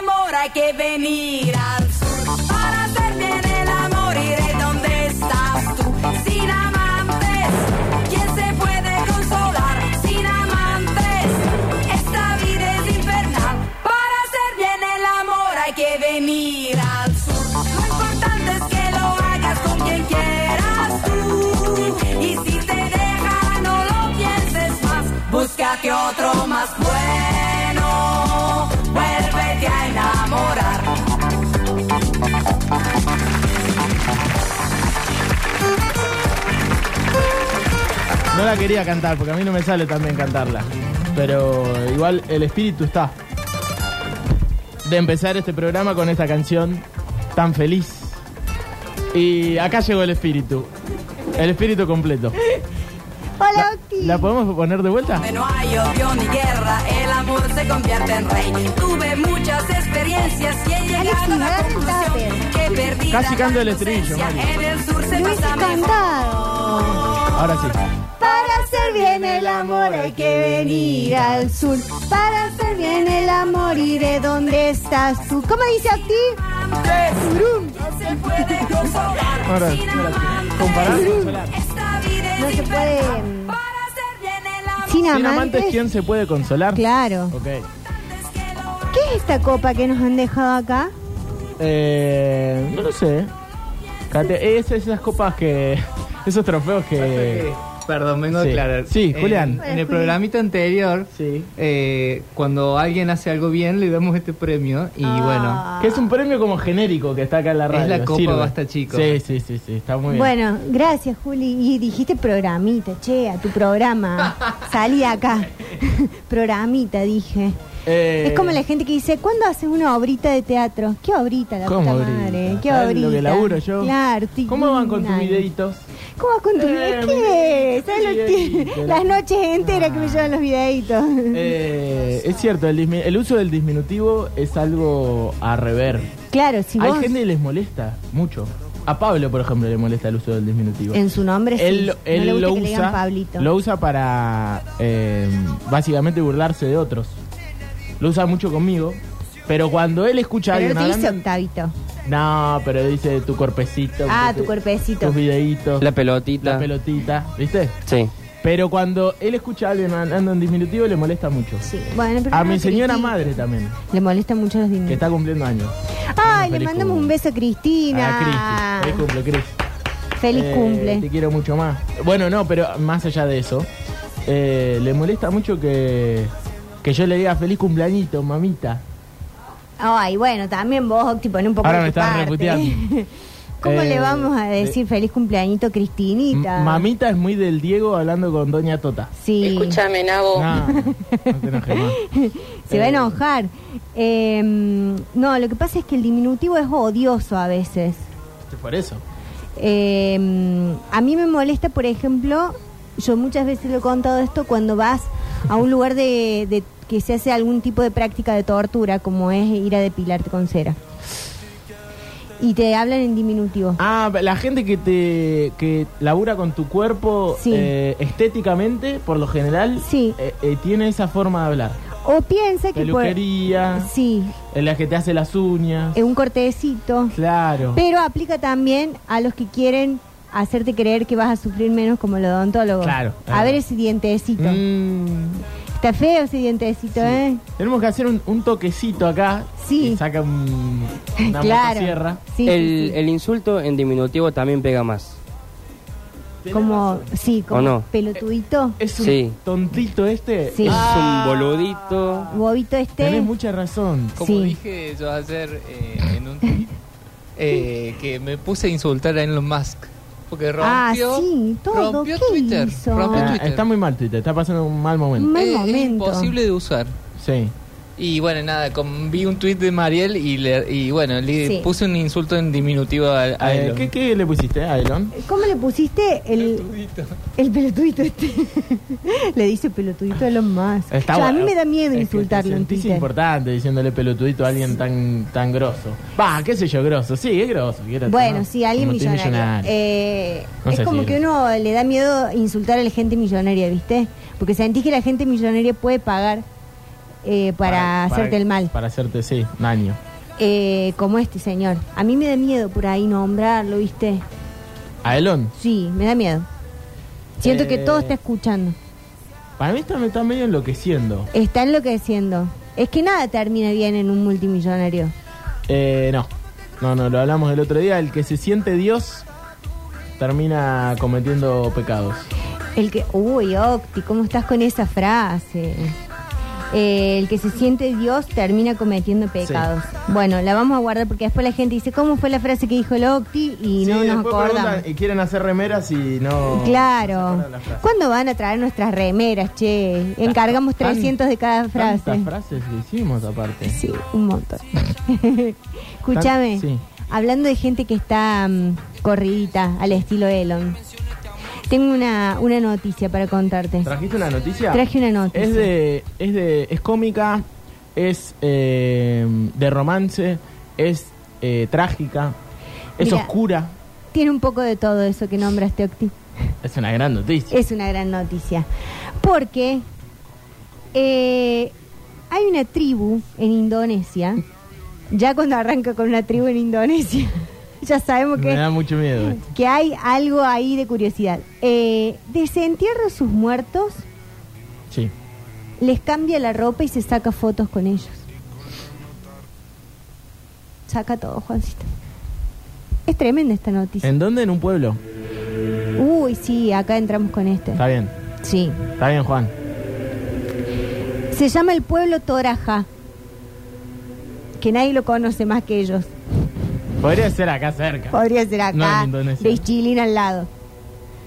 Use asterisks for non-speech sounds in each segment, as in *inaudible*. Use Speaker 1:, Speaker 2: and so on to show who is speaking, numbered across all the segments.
Speaker 1: ahora hay que venir al sur para hacer bien el amor y de dónde estás tú sin amantes. ¿Quién se puede consolar sin amantes? Esta vida es infernal. Para hacer bien el amor hay que venir al sur. Lo importante es que lo hagas con quien quieras tú. Y si te deja, no lo pienses más. Búscate otro más bueno. Vuélvete a enamorar.
Speaker 2: No la quería cantar porque a mí no me sale tan bien cantarla. Pero igual el espíritu está. De empezar este programa con esta canción tan feliz. Y acá llegó el espíritu. El espíritu completo.
Speaker 3: Hola, Octi.
Speaker 2: ¿La podemos poner de vuelta?
Speaker 1: Donde no hay odio ni guerra, el amor se convierte en rey. Tuve muchas experiencias y he llegado a la
Speaker 3: Alex, no hagas
Speaker 1: conclusión que perdí.
Speaker 2: Casi canto el estribillo, Mari.
Speaker 1: En el sur se
Speaker 3: Lo hice
Speaker 1: pasa mejor.
Speaker 3: cantar.
Speaker 2: Ahora sí.
Speaker 3: Para hacer bien el amor hay que venir al sur. Para hacer bien el amor iré donde estás tú. ¿Cómo dice a ti?
Speaker 1: Antes, no se puede consolar
Speaker 2: Ahora,
Speaker 1: sin
Speaker 2: ahora sí.
Speaker 1: amantes.
Speaker 2: Comparar con Solar.
Speaker 1: Esta vida es
Speaker 3: No se puede,
Speaker 1: infernal.
Speaker 3: mm.
Speaker 1: Para hacer bien el amor,
Speaker 3: Sin
Speaker 2: Sin amantes,
Speaker 3: amantes.
Speaker 2: ¿quién se puede consolar?
Speaker 3: Claro.
Speaker 2: Ok.
Speaker 1: antes que lo
Speaker 3: ¿Qué es esta copa que nos han dejado acá?
Speaker 2: Eh, no lo sé. Cate- Es esas copas que. Esos trofeos que.
Speaker 4: Perdón, vengo
Speaker 2: Eh, Sí.
Speaker 4: a aclarar.
Speaker 2: Sí,
Speaker 4: En-
Speaker 2: Julián.
Speaker 4: En,
Speaker 2: Hola,
Speaker 3: Julián.
Speaker 4: el programita anterior,
Speaker 2: Sí.
Speaker 4: eh, cuando alguien hace algo bien, le damos este premio y
Speaker 3: Ah.
Speaker 2: Que es un premio como genérico que está acá en la
Speaker 4: Es
Speaker 2: radio.
Speaker 4: la Copa
Speaker 2: sirve.
Speaker 4: Basta Chico.
Speaker 2: Sí, sí, sí, sí, está muy bien.
Speaker 3: Bueno, gracias Juli. Y dijiste programita, che, a tu
Speaker 2: *laughs*
Speaker 3: programa. Salí de acá. *laughs* programita, dije.
Speaker 2: Eh,
Speaker 3: Es como la gente que dice, ¿cuándo haces una obrita de teatro? ¿Qué obrita, la
Speaker 2: ¿Cómo
Speaker 3: puta
Speaker 2: obrita?
Speaker 3: madre? ¿Qué
Speaker 2: ¿Sabes
Speaker 3: obrita?
Speaker 2: lo que laburo yo?
Speaker 3: Claro, estoy
Speaker 2: ¿Cómo van con tus
Speaker 3: indignada.
Speaker 2: videitos?
Speaker 3: ¿Cómo vas con tu
Speaker 2: Eh,
Speaker 3: video?
Speaker 2: mi
Speaker 3: ¿Qué? ¿Sabes lo
Speaker 2: videíto,
Speaker 3: que?
Speaker 2: la-
Speaker 3: *laughs* Las noches enteras que me llevan los videitos.
Speaker 2: Eh, es cierto, el, dismi- el uso del disminutivo es algo a rever.
Speaker 3: claro, si
Speaker 2: Hay
Speaker 3: vos
Speaker 2: gente que les molesta mucho. A Pablo, por ejemplo, le molesta el uso del disminutivo.
Speaker 3: en su nombre sí,
Speaker 2: él, él
Speaker 3: no le gusta
Speaker 2: lo
Speaker 3: que le digan
Speaker 2: usa
Speaker 3: Pablito.
Speaker 2: lo usa para eh, básicamente burlarse de otros lo usa mucho conmigo pero cuando él escucha a
Speaker 3: Pero
Speaker 2: alguien
Speaker 3: no te dice
Speaker 2: hablando-
Speaker 3: Octavito.
Speaker 2: no pero dice tu cuerpecito
Speaker 3: Ah,
Speaker 2: porque
Speaker 3: tu cuerpecito.
Speaker 2: tus videitos
Speaker 5: La
Speaker 2: la,
Speaker 5: pelotita.
Speaker 2: pelotita viste
Speaker 5: Sí.
Speaker 2: pero cuando él escucha a alguien hablando en diminutivo le molesta mucho
Speaker 3: Sí, bueno, pero
Speaker 2: a
Speaker 3: no
Speaker 2: mi
Speaker 3: lo
Speaker 2: señora
Speaker 3: critiques.
Speaker 2: madre también
Speaker 3: Le molestan mucho los
Speaker 2: que
Speaker 3: dineros.
Speaker 2: está cumpliendo años
Speaker 3: Ay, le
Speaker 2: Feliz
Speaker 3: mandamos
Speaker 2: cumple.
Speaker 3: un beso a Cristina.
Speaker 2: a Cristi feliz cumple Cris
Speaker 3: Feliz
Speaker 2: Eh,
Speaker 3: cumple.
Speaker 2: Te quiero mucho más. Bueno, no, pero más allá de eso, eh, le molesta mucho que, que yo le diga feliz cumpleañito, mamita.
Speaker 3: Ay, bueno, también vos, Octi, poné un poco
Speaker 2: Ahora
Speaker 3: de
Speaker 2: me
Speaker 3: tu
Speaker 2: estás
Speaker 3: parte.
Speaker 2: reputeando.
Speaker 3: *laughs* ¿Cómo
Speaker 2: Eh,
Speaker 3: le vamos a decir feliz cumpleañito, Cristinita?
Speaker 2: M- Mamita es muy del Diego hablando con Doña Tota.
Speaker 3: Sí,
Speaker 6: Escúchame, Nabo.
Speaker 5: Oh.
Speaker 2: No, no te enojes más.
Speaker 3: se va a
Speaker 2: eh.
Speaker 3: enojar. Eh, no, lo que pasa es que el diminutivo es odioso a veces.
Speaker 2: Es Por eso.
Speaker 3: Eh, a mí me molesta, por ejemplo, yo muchas veces lo he contado esto, cuando vas a un lugar de, de- que se hace algún tipo de práctica de tortura, como es ir a depilarte con cera. Y te hablan en diminutivo.
Speaker 2: Ah, la gente que te que labura con tu cuerpo
Speaker 3: Sí.
Speaker 2: eh, estéticamente, por lo general,
Speaker 3: Sí.
Speaker 2: eh, eh, tiene esa forma de hablar.
Speaker 3: O piensa que por...
Speaker 2: Peluquería,
Speaker 3: Sí,
Speaker 2: en la que te hace las uñas.
Speaker 3: es un cortecito.
Speaker 2: Claro.
Speaker 3: Pero aplica también a los que quieren hacerte creer que vas a sufrir menos como el odontólogo.
Speaker 2: Claro, claro.
Speaker 3: A ver ese dientecito.
Speaker 2: Mm.
Speaker 3: Está feo ese dientecito, ¿eh?
Speaker 2: Tenemos que hacer un, un toquecito acá.
Speaker 3: Sí.
Speaker 2: Que saca un, una
Speaker 3: claro.
Speaker 2: motosierra.
Speaker 3: Sí, sí,
Speaker 5: el,
Speaker 3: sí.
Speaker 5: el insulto en diminutivo también pega más.
Speaker 3: Como, sí, como
Speaker 5: ¿O no?
Speaker 3: pelotudito,
Speaker 2: Es un
Speaker 5: Sí.
Speaker 2: tontito este.
Speaker 3: Sí.
Speaker 5: Es
Speaker 2: Ah,
Speaker 5: un boludito.
Speaker 3: bobito este.
Speaker 2: Tenés mucha razón.
Speaker 4: Como
Speaker 3: Sí.
Speaker 4: dije yo ayer eh, en un
Speaker 2: *laughs*
Speaker 4: tweet, eh, que me puse a insultar a Elon Musk. Porque rompió,
Speaker 3: Ah, sí, todo,
Speaker 4: rompió
Speaker 3: ¿qué
Speaker 4: Twitter.
Speaker 3: hizo?
Speaker 4: Rompió
Speaker 2: Ah,
Speaker 4: Twitter.
Speaker 2: está muy mal Twitter, está pasando un mal momento.
Speaker 3: Mal
Speaker 4: Eh, Es
Speaker 3: momento.
Speaker 4: imposible de usar.
Speaker 3: Mm.
Speaker 2: Sí.
Speaker 4: Y bueno, nada, con- vi un tweet de Mariel y, le, y bueno, le
Speaker 3: Sí.
Speaker 4: puse un insulto en diminutivo a, a
Speaker 2: Eh,
Speaker 4: Elon.
Speaker 2: ¿qué, qué le pusiste a Elon?
Speaker 3: ¿Cómo le pusiste el,
Speaker 4: Pelotudito.
Speaker 3: el pelotudito este? *laughs* le dice pelotudito a los más.
Speaker 2: Está
Speaker 3: a mí
Speaker 2: bueno.
Speaker 3: me da miedo
Speaker 2: Es que
Speaker 3: insultarlo
Speaker 2: te
Speaker 3: en
Speaker 2: sentís
Speaker 3: Twitter.
Speaker 2: importante diciéndole pelotudito a alguien tan tan grosso. Va, qué sé yo, grosso. Sí, es grosso. quiero-
Speaker 3: Bueno,
Speaker 2: ¿no?
Speaker 3: sí, alguien
Speaker 2: Como
Speaker 3: millonario.
Speaker 2: multimillonario.
Speaker 3: Eh,
Speaker 2: No
Speaker 3: es
Speaker 2: sé
Speaker 3: como
Speaker 2: si
Speaker 3: que
Speaker 2: eres.
Speaker 3: uno le da miedo insultar a la gente millonaria, ¿viste? Porque sentís que la gente millonaria puede pagar eh, para, hacerte el mal.
Speaker 2: Para hacerte, sí, daño.
Speaker 3: eh, como este señor. A mí me da miedo por ahí nombrarlo, ¿viste?
Speaker 2: A Elon.
Speaker 3: Sí, me da miedo. Siento que
Speaker 2: Eh.
Speaker 3: todo está escuchando.
Speaker 2: Para mí esto me está medio enloqueciendo.
Speaker 3: Está enloqueciendo. Es que nada termina bien en un multimillonario.
Speaker 2: Eh, no. No, no, lo hablamos el otro día. El que se siente Dios termina cometiendo pecados.
Speaker 3: El que, uy, Octi, ¿cómo estás con esa frase? Eh, el que se siente Dios termina cometiendo pecados. Bueno, la vamos a guardar porque después la gente dice, ¿cómo fue la frase que dijo el Octi? Y
Speaker 2: Sí,
Speaker 3: no nos
Speaker 2: después
Speaker 3: acordamos.
Speaker 2: preguntan, y quieren hacer remeras y no. no se
Speaker 3: Claro.
Speaker 2: acuerdan las frases.
Speaker 3: ¿Cuándo van a traer nuestras remeras, che? Encargamos
Speaker 2: Tan-
Speaker 3: 300 de cada frase.
Speaker 2: Tantas frases que hicimos aparte.
Speaker 3: Sí, un montón. *laughs* Escúchame,
Speaker 2: Tan- sí.
Speaker 3: hablando de gente que está mm, corridita al estilo Elon, tengo una, una noticia para contarte.
Speaker 2: ¿Trajiste una noticia?
Speaker 3: Traje una noticia.
Speaker 2: Es de, es de, es cómica, es eh, de romance, es eh, trágica, es
Speaker 3: Mira.
Speaker 2: oscura.
Speaker 3: Tiene un poco de todo eso que nombraste, Octi.
Speaker 2: Es una gran noticia.
Speaker 3: Es una gran noticia. Porque eh, hay una tribu en Indonesia. Ya cuando arranca con una tribu en Indonesia, *laughs* ya sabemos que...
Speaker 2: Me da mucho miedo. esto.
Speaker 3: que hay algo ahí de curiosidad. Eh, desentierra a sus muertos,
Speaker 2: Sí.
Speaker 3: les cambia la ropa y se saca fotos con ellos. Saca todo, Juancito. Es tremenda esta noticia.
Speaker 2: ¿En dónde? En un pueblo.
Speaker 3: Uy, sí, acá entramos con este.
Speaker 2: Está bien.
Speaker 3: Sí.
Speaker 2: Está bien, Juan.
Speaker 3: Se llama el pueblo Toraja. Que nadie lo conoce más que ellos.
Speaker 2: Podría ser acá cerca.
Speaker 3: Podría ser
Speaker 2: No,
Speaker 3: acá,
Speaker 2: en Indonesia.
Speaker 3: de Chilín al lado.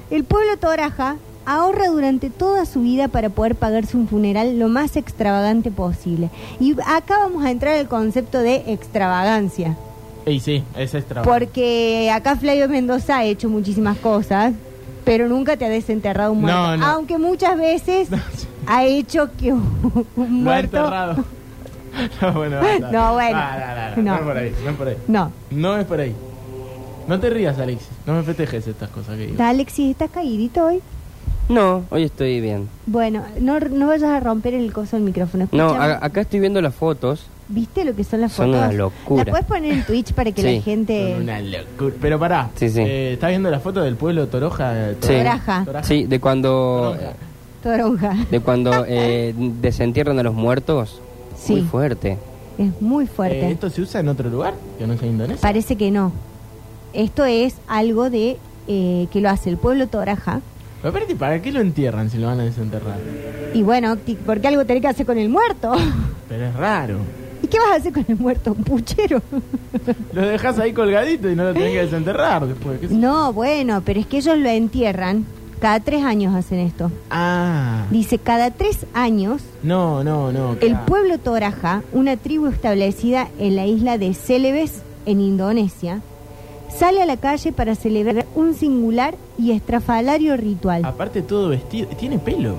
Speaker 3: El pueblo Toraja ahorra durante toda su vida para poder pagarse un funeral lo más extravagante posible. Y acá vamos a entrar al concepto de extravagancia.
Speaker 2: Y sí, es extra.
Speaker 3: Porque acá Flavio Mendoza ha hecho muchísimas cosas, pero nunca te ha desenterrado un muerto.
Speaker 2: No, no.
Speaker 3: Aunque muchas
Speaker 2: *laughs*
Speaker 3: veces
Speaker 2: sí.
Speaker 3: ha hecho que un, un
Speaker 2: Lo ha
Speaker 3: muerto...
Speaker 2: enterrado. *laughs* No, bueno. basta.
Speaker 3: No, bueno.
Speaker 2: Ah, no, no, no, no
Speaker 3: No.
Speaker 2: es por ahí, no es por ahí.
Speaker 3: No,
Speaker 2: No es por ahí. No te rías, Alexis. No me festejes estas cosas que digo.
Speaker 3: Alexis, ¿estás caídito hoy?
Speaker 5: No, hoy estoy bien.
Speaker 3: Bueno, no, no vayas a romper el coso del micrófono.
Speaker 5: No,
Speaker 3: escúchame.
Speaker 5: a- acá estoy viendo las fotos.
Speaker 3: ¿Viste lo que son las
Speaker 5: Son
Speaker 3: fotos?
Speaker 5: una locura.
Speaker 3: ¿La puedes poner en Twitch para que
Speaker 5: Sí.
Speaker 3: la
Speaker 2: Son
Speaker 3: gente...
Speaker 2: Una locura. Pero pará.
Speaker 5: Sí, sí.
Speaker 2: eh, ¿Estás viendo la foto del pueblo Toroja?
Speaker 5: Sí.
Speaker 3: Toraja.
Speaker 2: Toraja.
Speaker 5: Sí, de cuando
Speaker 2: Toronja.
Speaker 3: Toronja.
Speaker 5: de cuando eh, desentierran a los muertos.
Speaker 3: Sí.
Speaker 5: Muy fuerte.
Speaker 3: Es muy
Speaker 2: Eh,
Speaker 3: fuerte.
Speaker 2: ¿Esto se usa en otro lugar? Que no sea Indonesia.
Speaker 3: Parece que no. Esto es algo de eh, que lo hace el pueblo Toraja.
Speaker 2: Pero aparte, ¿para qué lo entierran si lo van a desenterrar?
Speaker 3: Y bueno, Octi, ¿por qué algo tenés que hacer con el muerto? *laughs*
Speaker 2: Pero es raro.
Speaker 3: ¿Y qué vas a hacer con el muerto? ¿Un puchero? *laughs*
Speaker 2: Lo dejas ahí colgadito y no lo tenés que desenterrar después. ¿qué sé yo?
Speaker 3: no, bueno, pero es que ellos lo entierran. Cada tres años hacen esto.
Speaker 2: Ah.
Speaker 3: Dice, cada tres años
Speaker 2: No, no, no.
Speaker 3: El
Speaker 2: claro.
Speaker 3: pueblo Toraja, una tribu establecida en la isla de Celebes, en Indonesia, sale a la calle para celebrar un singular y estrafalario ritual.
Speaker 2: Aparte, todo vestido. Tiene pelo.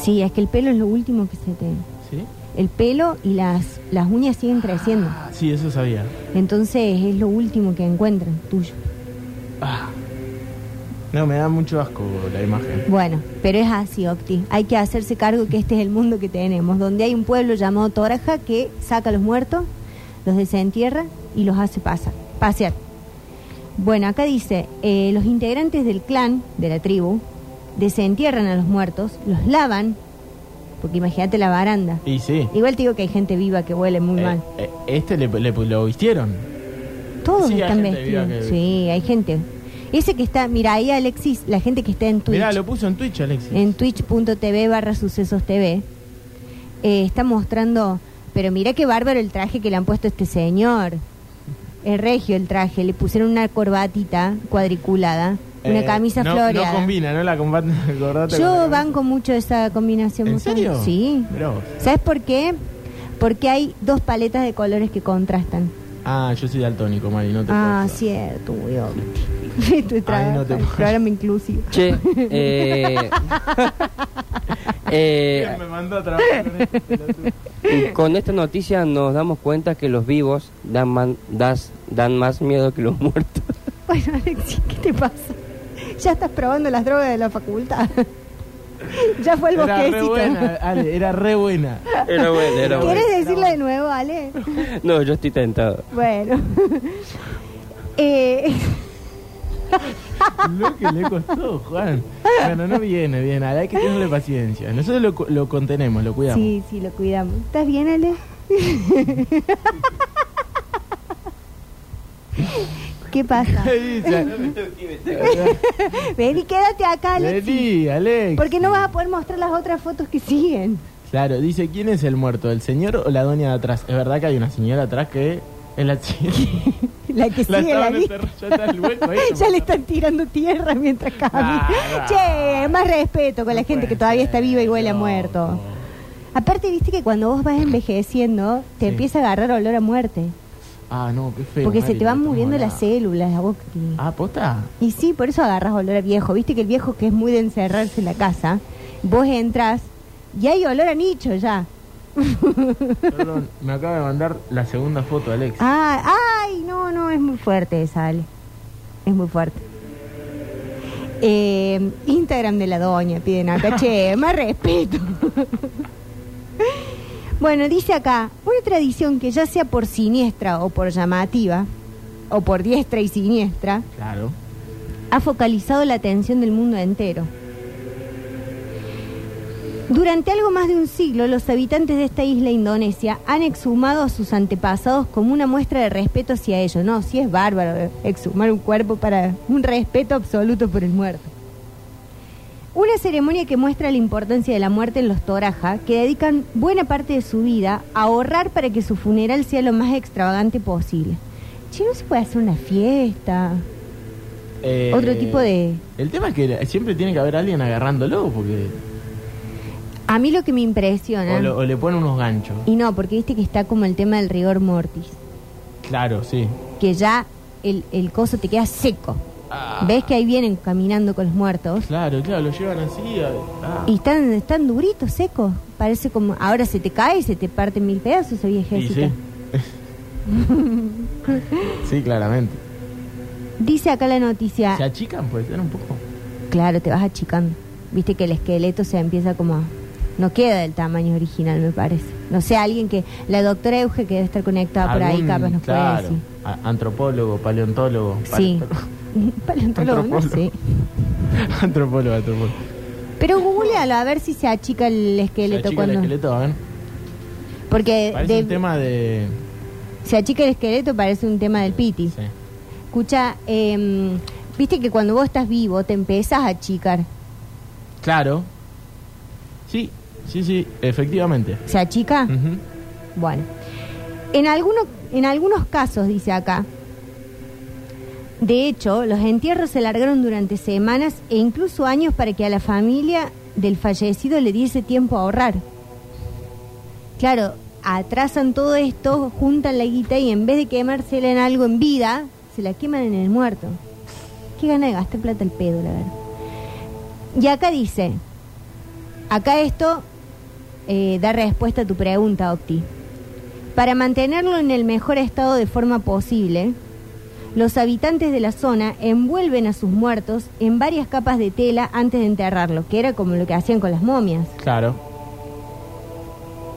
Speaker 3: Sí, es que el pelo es lo último que se te...
Speaker 2: ¿Sí?
Speaker 3: El pelo y las, las uñas siguen creciendo.
Speaker 2: Sí, eso sabía.
Speaker 3: Entonces es lo último que encuentran tuyo.
Speaker 2: Ah. No, me da mucho asco la imagen.
Speaker 3: Bueno, pero es así, Octi. Hay que hacerse cargo que este es el mundo que tenemos, donde hay un pueblo llamado Toraja que saca a los muertos, los desentierra y los hace pasar, pasear. Bueno, acá dice, eh, los integrantes del clan, de la tribu, desentierran a los muertos, los lavan, porque imagínate la baranda.
Speaker 2: Y sí.
Speaker 3: Igual te digo que hay gente viva que huele muy
Speaker 2: Eh,
Speaker 3: mal.
Speaker 2: eh, este le, le- lo vistieron.
Speaker 3: Todos
Speaker 2: sí, hay
Speaker 3: están
Speaker 2: gente viva
Speaker 3: vestidos.
Speaker 2: que-
Speaker 3: Sí, hay gente. Ese que está, mira, ahí Alexis, la gente que está en Twitch.
Speaker 2: Mirá, lo puso en Twitch, Alexis.
Speaker 3: en twitch.tv barra sucesos TV. Eh, está mostrando, pero mira qué bárbaro el traje que le han puesto a este señor. Es regio el traje, le pusieron una corbatita cuadriculada,
Speaker 2: Eh,
Speaker 3: una camisa
Speaker 2: no,
Speaker 3: floreada.
Speaker 2: No combina, no la comparten. *laughs* acordate con la
Speaker 3: Yo
Speaker 2: camisa.
Speaker 3: banco mucho esa combinación.
Speaker 2: ¿En
Speaker 3: mujer.
Speaker 2: serio?
Speaker 3: Sí.
Speaker 2: Mirá vos.
Speaker 3: ¿Sabes por qué? Porque hay dos paletas de colores que contrastan.
Speaker 2: Ah, yo soy daltónico, Mari, no te
Speaker 3: Ah,
Speaker 2: puedo ayudar.
Speaker 3: cierto, muy obvio. *laughs* Tu trabajo,
Speaker 2: te
Speaker 3: el
Speaker 2: puedo-
Speaker 3: programa inclusivo. *laughs*
Speaker 5: Che, eh, eh,
Speaker 2: Me mandó
Speaker 3: *laughs*
Speaker 2: a trabajar con este pelotudo.
Speaker 5: con esta noticia nos damos cuenta que los vivos dan, man- das- dan más miedo que los muertos.
Speaker 3: *laughs* Bueno, Alexis, ¿qué te pasa? Ya estás probando las drogas de la facultad. *laughs* Ya fue el
Speaker 2: Era re buena,
Speaker 3: bosquecito.
Speaker 2: Ale, era re *laughs* buena.
Speaker 5: Era bueno, *laughs* era bueno.
Speaker 3: ¿Quieres decirlo de nuevo,
Speaker 2: *laughs*
Speaker 3: Ale?
Speaker 5: No, yo estoy tentado.
Speaker 3: Bueno. *laughs* Eh,
Speaker 2: Lo que le costó, Juan. Bueno, no viene bien, Ale, hay que tenerle paciencia. Nosotros lo, cu- lo contenemos, lo cuidamos. *laughs*
Speaker 3: sí, sí, lo cuidamos. ¿Estás bien, Ale? *laughs* ¿Qué pasa?
Speaker 2: *laughs* Dice,
Speaker 3: Ven y quédate acá, Alexis.
Speaker 2: Vení, Alex.
Speaker 3: Porque no vas a poder mostrar las otras fotos que siguen.
Speaker 2: Claro, dice, ¿quién es el muerto? ¿El señor o la doña de atrás? Es verdad que hay una señora atrás que es la *laughs* chica.
Speaker 3: La que
Speaker 2: La
Speaker 3: sigue la
Speaker 2: estaban
Speaker 3: lista.
Speaker 2: enterrando, ya
Speaker 3: *laughs*
Speaker 2: está el hueco ahí,
Speaker 3: ya le están tirando tierra mientras camina.
Speaker 2: Ah,
Speaker 3: Che, más respeto con la gente que todavía está viva y huele a
Speaker 2: No,
Speaker 3: muerto.
Speaker 2: no.
Speaker 3: Aparte, viste que cuando vos vas envejeciendo, te
Speaker 2: Sí.
Speaker 3: empieza a agarrar olor a muerte.
Speaker 2: Ah, no, qué feo.
Speaker 3: Porque se
Speaker 2: Mari,
Speaker 3: te van
Speaker 2: estamos
Speaker 3: muriendo las
Speaker 2: hablando.
Speaker 3: células. a vos.
Speaker 2: Ah, ¿posta?
Speaker 3: Y sí, por eso agarras olor a viejo. Viste que el viejo que es muy de encerrarse en la casa, vos entras y hay olor a nicho ya.
Speaker 2: Perdón, me acaba de mandar la segunda foto, Alex.
Speaker 3: Ah, ay, no, no, es muy fuerte esa, Ale. Es muy fuerte. Eh, Instagram de la doña, piden acá, che, más respeto. bueno, dice acá, una tradición que ya sea por siniestra o por llamativa, o por diestra y siniestra,
Speaker 2: Claro.
Speaker 3: ha focalizado la atención del mundo entero. Durante algo más de un siglo, los habitantes de esta isla indonesia han exhumado a sus antepasados como una muestra de respeto hacia ellos. No, si es bárbaro eh, exhumar un cuerpo para un respeto absoluto por el muerto. Una ceremonia que muestra la importancia de la muerte en los Toraja, que dedican buena parte de su vida a ahorrar para que su funeral sea lo más extravagante posible. Che, no se puede hacer una fiesta.
Speaker 2: Eh,
Speaker 3: Otro tipo de-
Speaker 2: El tema es que siempre tiene que haber alguien agarrándolo, porque...
Speaker 3: A mí lo que me impresiona,
Speaker 2: O, lo- o le ponen unos ganchos.
Speaker 3: y no, porque viste que está como el tema del rigor mortis,
Speaker 2: Claro, sí.
Speaker 3: que ya el, el coso te queda seco.
Speaker 2: Ah.
Speaker 3: Ves que ahí vienen caminando con los muertos
Speaker 2: Claro, claro, lo llevan así. a- ah.
Speaker 3: y están, están duritos, secos. Parece como, ahora se te cae y se te parte en mil pedazos esa
Speaker 2: Y
Speaker 3: viejecita.
Speaker 2: sí. *laughs* sí, claramente.
Speaker 3: Dice acá la noticia,
Speaker 2: Se achican, puede ser un poco.
Speaker 3: claro, te vas achicando. Viste que el esqueleto se empieza como... a- No queda del tamaño original, me parece. No sé, alguien que... La doctora Euge, que debe estar conectada por ahí,
Speaker 2: Algún-
Speaker 3: capaz nos puede
Speaker 2: claro,
Speaker 3: decir.
Speaker 2: a- antropólogo, paleontólogo.
Speaker 3: *laughs* Sí. Paleontólogo, no
Speaker 2: Antropólogo.
Speaker 3: sé.
Speaker 2: pale- *laughs* antropólogo, antropólogo.
Speaker 3: Pero googlealo a ver si se achica el
Speaker 2: Se
Speaker 3: esqueleto
Speaker 2: achica
Speaker 3: cuando.
Speaker 2: el esqueleto, a ver.
Speaker 3: Porque
Speaker 2: Parece
Speaker 3: Eh, de-
Speaker 2: un tema de...
Speaker 3: se achica el esqueleto parece un tema del piti.
Speaker 2: Sí.
Speaker 3: Escucha, em, viste que cuando vos estás vivo te empezás a achicar.
Speaker 2: Claro. Sí, sí, sí, efectivamente.
Speaker 3: ¿Se achica?
Speaker 2: Ujú.
Speaker 3: Bueno. En, alguno- en algunos casos, dice acá, de hecho, los entierros se largaron durante semanas e incluso años para que a la familia del fallecido le diese tiempo a ahorrar. Claro, atrasan todo esto, juntan la guita y en vez de quemársela en algo en vida, se la queman en el muerto. Qué gana de gastar plata el pedo, la verdad. Y acá dice, acá esto eh, da respuesta a tu pregunta, Octi. Para mantenerlo en el mejor estado de forma posible, los habitantes de la zona envuelven a sus muertos en varias capas de tela antes de enterrarlo, que era como lo que hacían con las momias,
Speaker 2: Claro.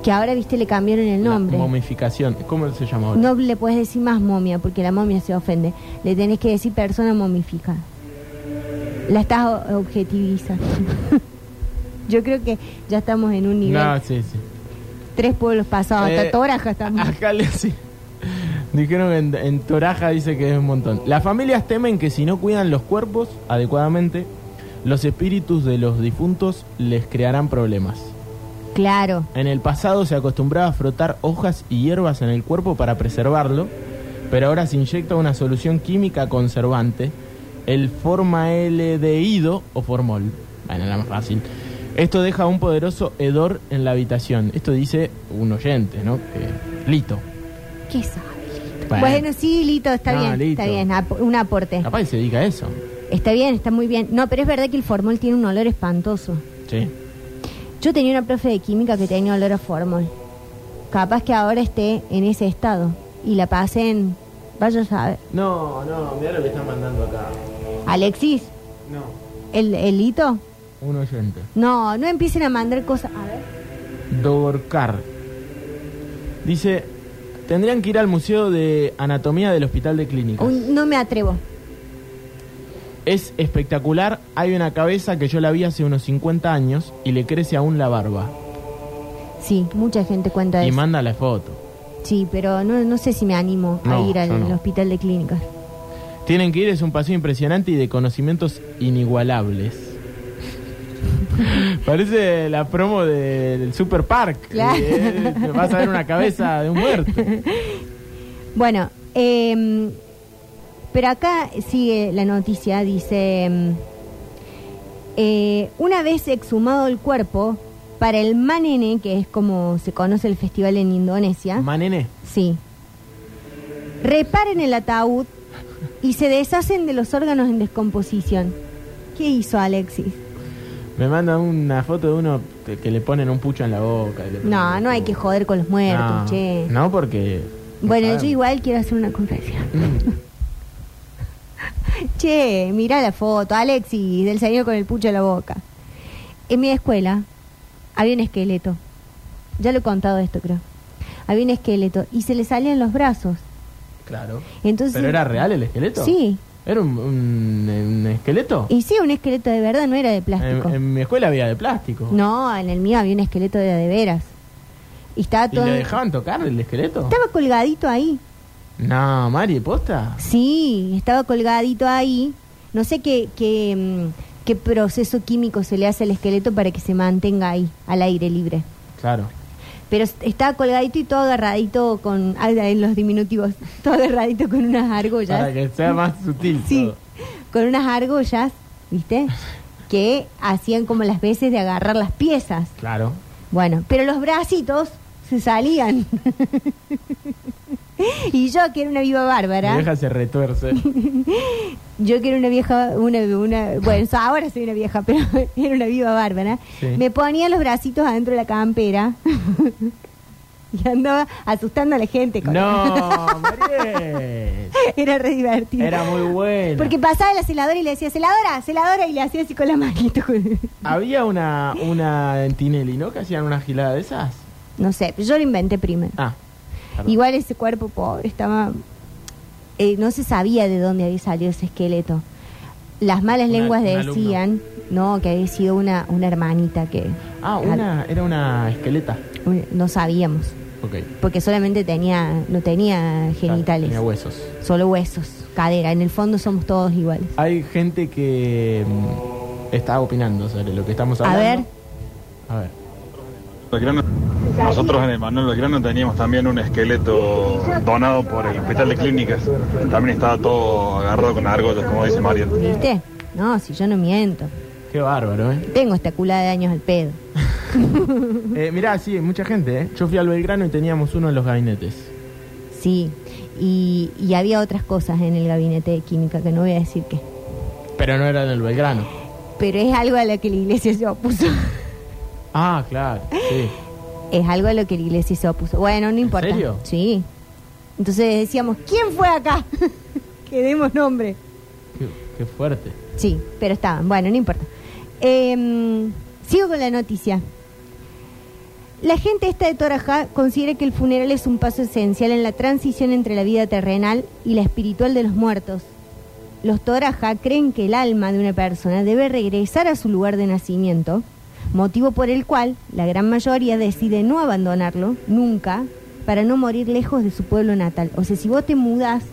Speaker 3: que ahora, viste, le cambiaron el
Speaker 2: La
Speaker 3: nombre.
Speaker 2: momificación. ¿Cómo se llama ahora?
Speaker 3: No le puedes decir más momia, porque la momia se ofende. Le tenés que decir persona momificada. La estás o- objetivizando. *laughs* Yo creo que ya estamos en un nivel.
Speaker 2: No, sí, sí.
Speaker 3: Tres pueblos pasados,
Speaker 2: Eh,
Speaker 3: hasta Toraja estamos.
Speaker 2: Acá le sí. Dijeron que en, en Toraja dice que es un montón. Las familias temen que si no cuidan los cuerpos adecuadamente, los espíritus de los difuntos les crearán problemas.
Speaker 3: Claro.
Speaker 2: En el pasado se acostumbraba a frotar hojas y hierbas en el cuerpo para preservarlo, pero ahora se inyecta una solución química conservante, el formaldehído o formol. Bueno, la más fácil. Esto deja un poderoso hedor en la habitación. Esto dice un oyente, ¿no? Que- Lito.
Speaker 3: ¿Qué sabe? Bueno, sí, Lito, está
Speaker 2: No,
Speaker 3: bien,
Speaker 2: Lito.
Speaker 3: está bien, ap- un aporte.
Speaker 2: Capaz que se dedica a eso.
Speaker 3: Está bien, está muy bien. No, pero es verdad que el formol tiene un olor espantoso.
Speaker 2: Sí.
Speaker 3: Yo tenía una profe de química que tenía olor a formol. Capaz que ahora esté en ese estado y la pasen, vaya a saber.
Speaker 2: No, no, mira lo que están mandando acá.
Speaker 3: Alexis,
Speaker 2: No.
Speaker 3: el, el Lito
Speaker 2: un oyente.
Speaker 3: No, no empiecen a mandar cosas. A ver.
Speaker 2: Dogorcar. Dice, tendrían que ir al Museo de Anatomía del Hospital de Clínicas.
Speaker 3: Un- no me atrevo.
Speaker 2: Es espectacular, hay una cabeza que yo la vi hace unos 50 años y le crece aún la barba.
Speaker 3: Sí, mucha gente cuenta
Speaker 2: Y
Speaker 3: eso.
Speaker 2: manda la foto.
Speaker 3: Sí, pero no, no sé si me animo a
Speaker 2: No,
Speaker 3: ir al
Speaker 2: yo no.
Speaker 3: hospital de clínicas.
Speaker 2: Tienen que ir, es un paseo impresionante y de conocimientos inigualables. *laughs* Parece la promo del Super Park.
Speaker 3: Claro.
Speaker 2: Eh, te vas a ver una cabeza de un muerto.
Speaker 3: Bueno, eh, pero acá sigue la noticia, dice, mm, eh, una vez exhumado el cuerpo, para el Manene, que es como se conoce el festival en Indonesia,
Speaker 2: Manene.
Speaker 3: sí, reparen el ataúd y se deshacen de los órganos en descomposición. ¿Qué hizo Alexis?
Speaker 2: Me manda una foto de uno que- que le ponen un pucho en la boca. y le ponen
Speaker 3: No,
Speaker 2: un
Speaker 3: no hay que
Speaker 2: cubo.
Speaker 3: joder con los muertos,
Speaker 2: no,
Speaker 3: che.
Speaker 2: No, porque. no
Speaker 3: Bueno,
Speaker 2: sabemos.
Speaker 3: yo igual quiero hacer una confesión. che, mirá la foto, Alexis, del señor con el pucho en la boca. En mi escuela había un esqueleto. Ya lo he contado esto, creo. Había un esqueleto y se le salían los brazos.
Speaker 2: Claro.
Speaker 3: Entonces,
Speaker 2: ¿Pero era real el esqueleto?
Speaker 3: Sí.
Speaker 2: ¿Era un, un- un esqueleto?
Speaker 3: Y sí, un esqueleto de verdad, no era de plástico.
Speaker 2: En, en mi escuela había de plástico.
Speaker 3: No, en el mío había un esqueleto de, de veras. Y estaba
Speaker 2: ¿Y
Speaker 3: todo.
Speaker 2: le dejaban tocar el esqueleto?
Speaker 3: Estaba colgadito ahí.
Speaker 2: No, Mari, ¿posta?
Speaker 3: Sí, estaba colgadito ahí. No sé qué, qué, mm, qué proceso químico se le hace al esqueleto para que se mantenga ahí, al aire libre.
Speaker 2: Claro.
Speaker 3: Pero est- estaba colgadito y todo agarradito con. ah, en los diminutivos. *laughs* Todo agarradito con unas
Speaker 2: Para
Speaker 3: argollas.
Speaker 2: que sea más sutil.
Speaker 3: Pues Sí,
Speaker 2: todo.
Speaker 3: con unas argollas, ¿viste? Que hacían como las veces de agarrar las piezas.
Speaker 2: Claro.
Speaker 3: Bueno, pero los bracitos se salían. *laughs* y yo, que era una viva bárbara.
Speaker 2: Mi vieja
Speaker 3: *laughs*
Speaker 2: se retuerce.
Speaker 3: Yo que era una vieja, una, una- bueno,
Speaker 2: *laughs*
Speaker 3: so- ahora soy una vieja, pero *laughs* era una viva bárbara.
Speaker 2: Sí.
Speaker 3: Me ponía los bracitos adentro de la campera *laughs* y andaba asustando a la gente. Con
Speaker 2: no,
Speaker 3: *laughs*
Speaker 2: Mari.
Speaker 3: Era re divertido.
Speaker 2: Era muy bueno.
Speaker 3: Porque pasaba la celadora y le decía, celadora, celadora, y le hacía así con la manito. *laughs*
Speaker 2: Había una, una en Tinelli, ¿no? Que hacían una gilada de esas.
Speaker 3: No sé, yo lo inventé primero.
Speaker 2: Ah. perdón.
Speaker 3: Igual ese cuerpo pobre estaba... eh, no se sabía de dónde había salido ese esqueleto. Las malas
Speaker 2: Una-
Speaker 3: lenguas
Speaker 2: un alumno.
Speaker 3: decían, no, que había sido una, una hermanita que...
Speaker 2: Ah, una, era una esqueleta.
Speaker 3: Un- No sabíamos,
Speaker 2: Ok.
Speaker 3: porque solamente tenía, no tenía genitales,
Speaker 2: Tenía huesos.
Speaker 3: solo huesos, cadera. En el fondo somos todos iguales.
Speaker 2: Hay gente que mm, está opinando sobre lo que estamos
Speaker 3: A
Speaker 2: hablando.
Speaker 3: ver,
Speaker 2: A ver.
Speaker 6: Belgrano. Nosotros en el Manuel Belgrano teníamos también un esqueleto donado por el hospital de clínicas. También estaba todo agarrado con argollas, como dice Mario.
Speaker 3: ¿viste? No, si yo no miento,
Speaker 2: Qué
Speaker 3: *laughs*
Speaker 2: bárbaro, ¿eh?
Speaker 3: tengo esta culada de años al pedo.
Speaker 2: Eh, mirá, sí, mucha gente, ¿eh? Yo fui al Belgrano y teníamos uno en los gabinetes.
Speaker 3: Sí, y, y había otras cosas en el gabinete de química que no voy a decir qué.
Speaker 2: Pero no era en el Belgrano.
Speaker 3: Pero es algo a lo que la iglesia se opuso. *laughs*
Speaker 2: Ah, claro,
Speaker 3: *gasps*
Speaker 2: sí.
Speaker 3: Es algo a lo que la iglesia se opuso. Bueno, no importa.
Speaker 2: serio?
Speaker 3: Sí. Entonces decíamos, ¿quién fue acá? *laughs* que demos nombre.
Speaker 2: Qué, qué fuerte.
Speaker 3: Sí, pero estaban. Bueno, no importa. Em, sigo con la noticia. La gente esta de Torajá considera que el funeral es un paso esencial en la transición entre la vida terrenal y la espiritual de los muertos. Los Torajá creen que el alma de una persona debe regresar a su lugar de nacimiento, motivo por el cual la gran mayoría decide no abandonarlo nunca para no morir lejos de su pueblo natal. O sea, si vos te mudás,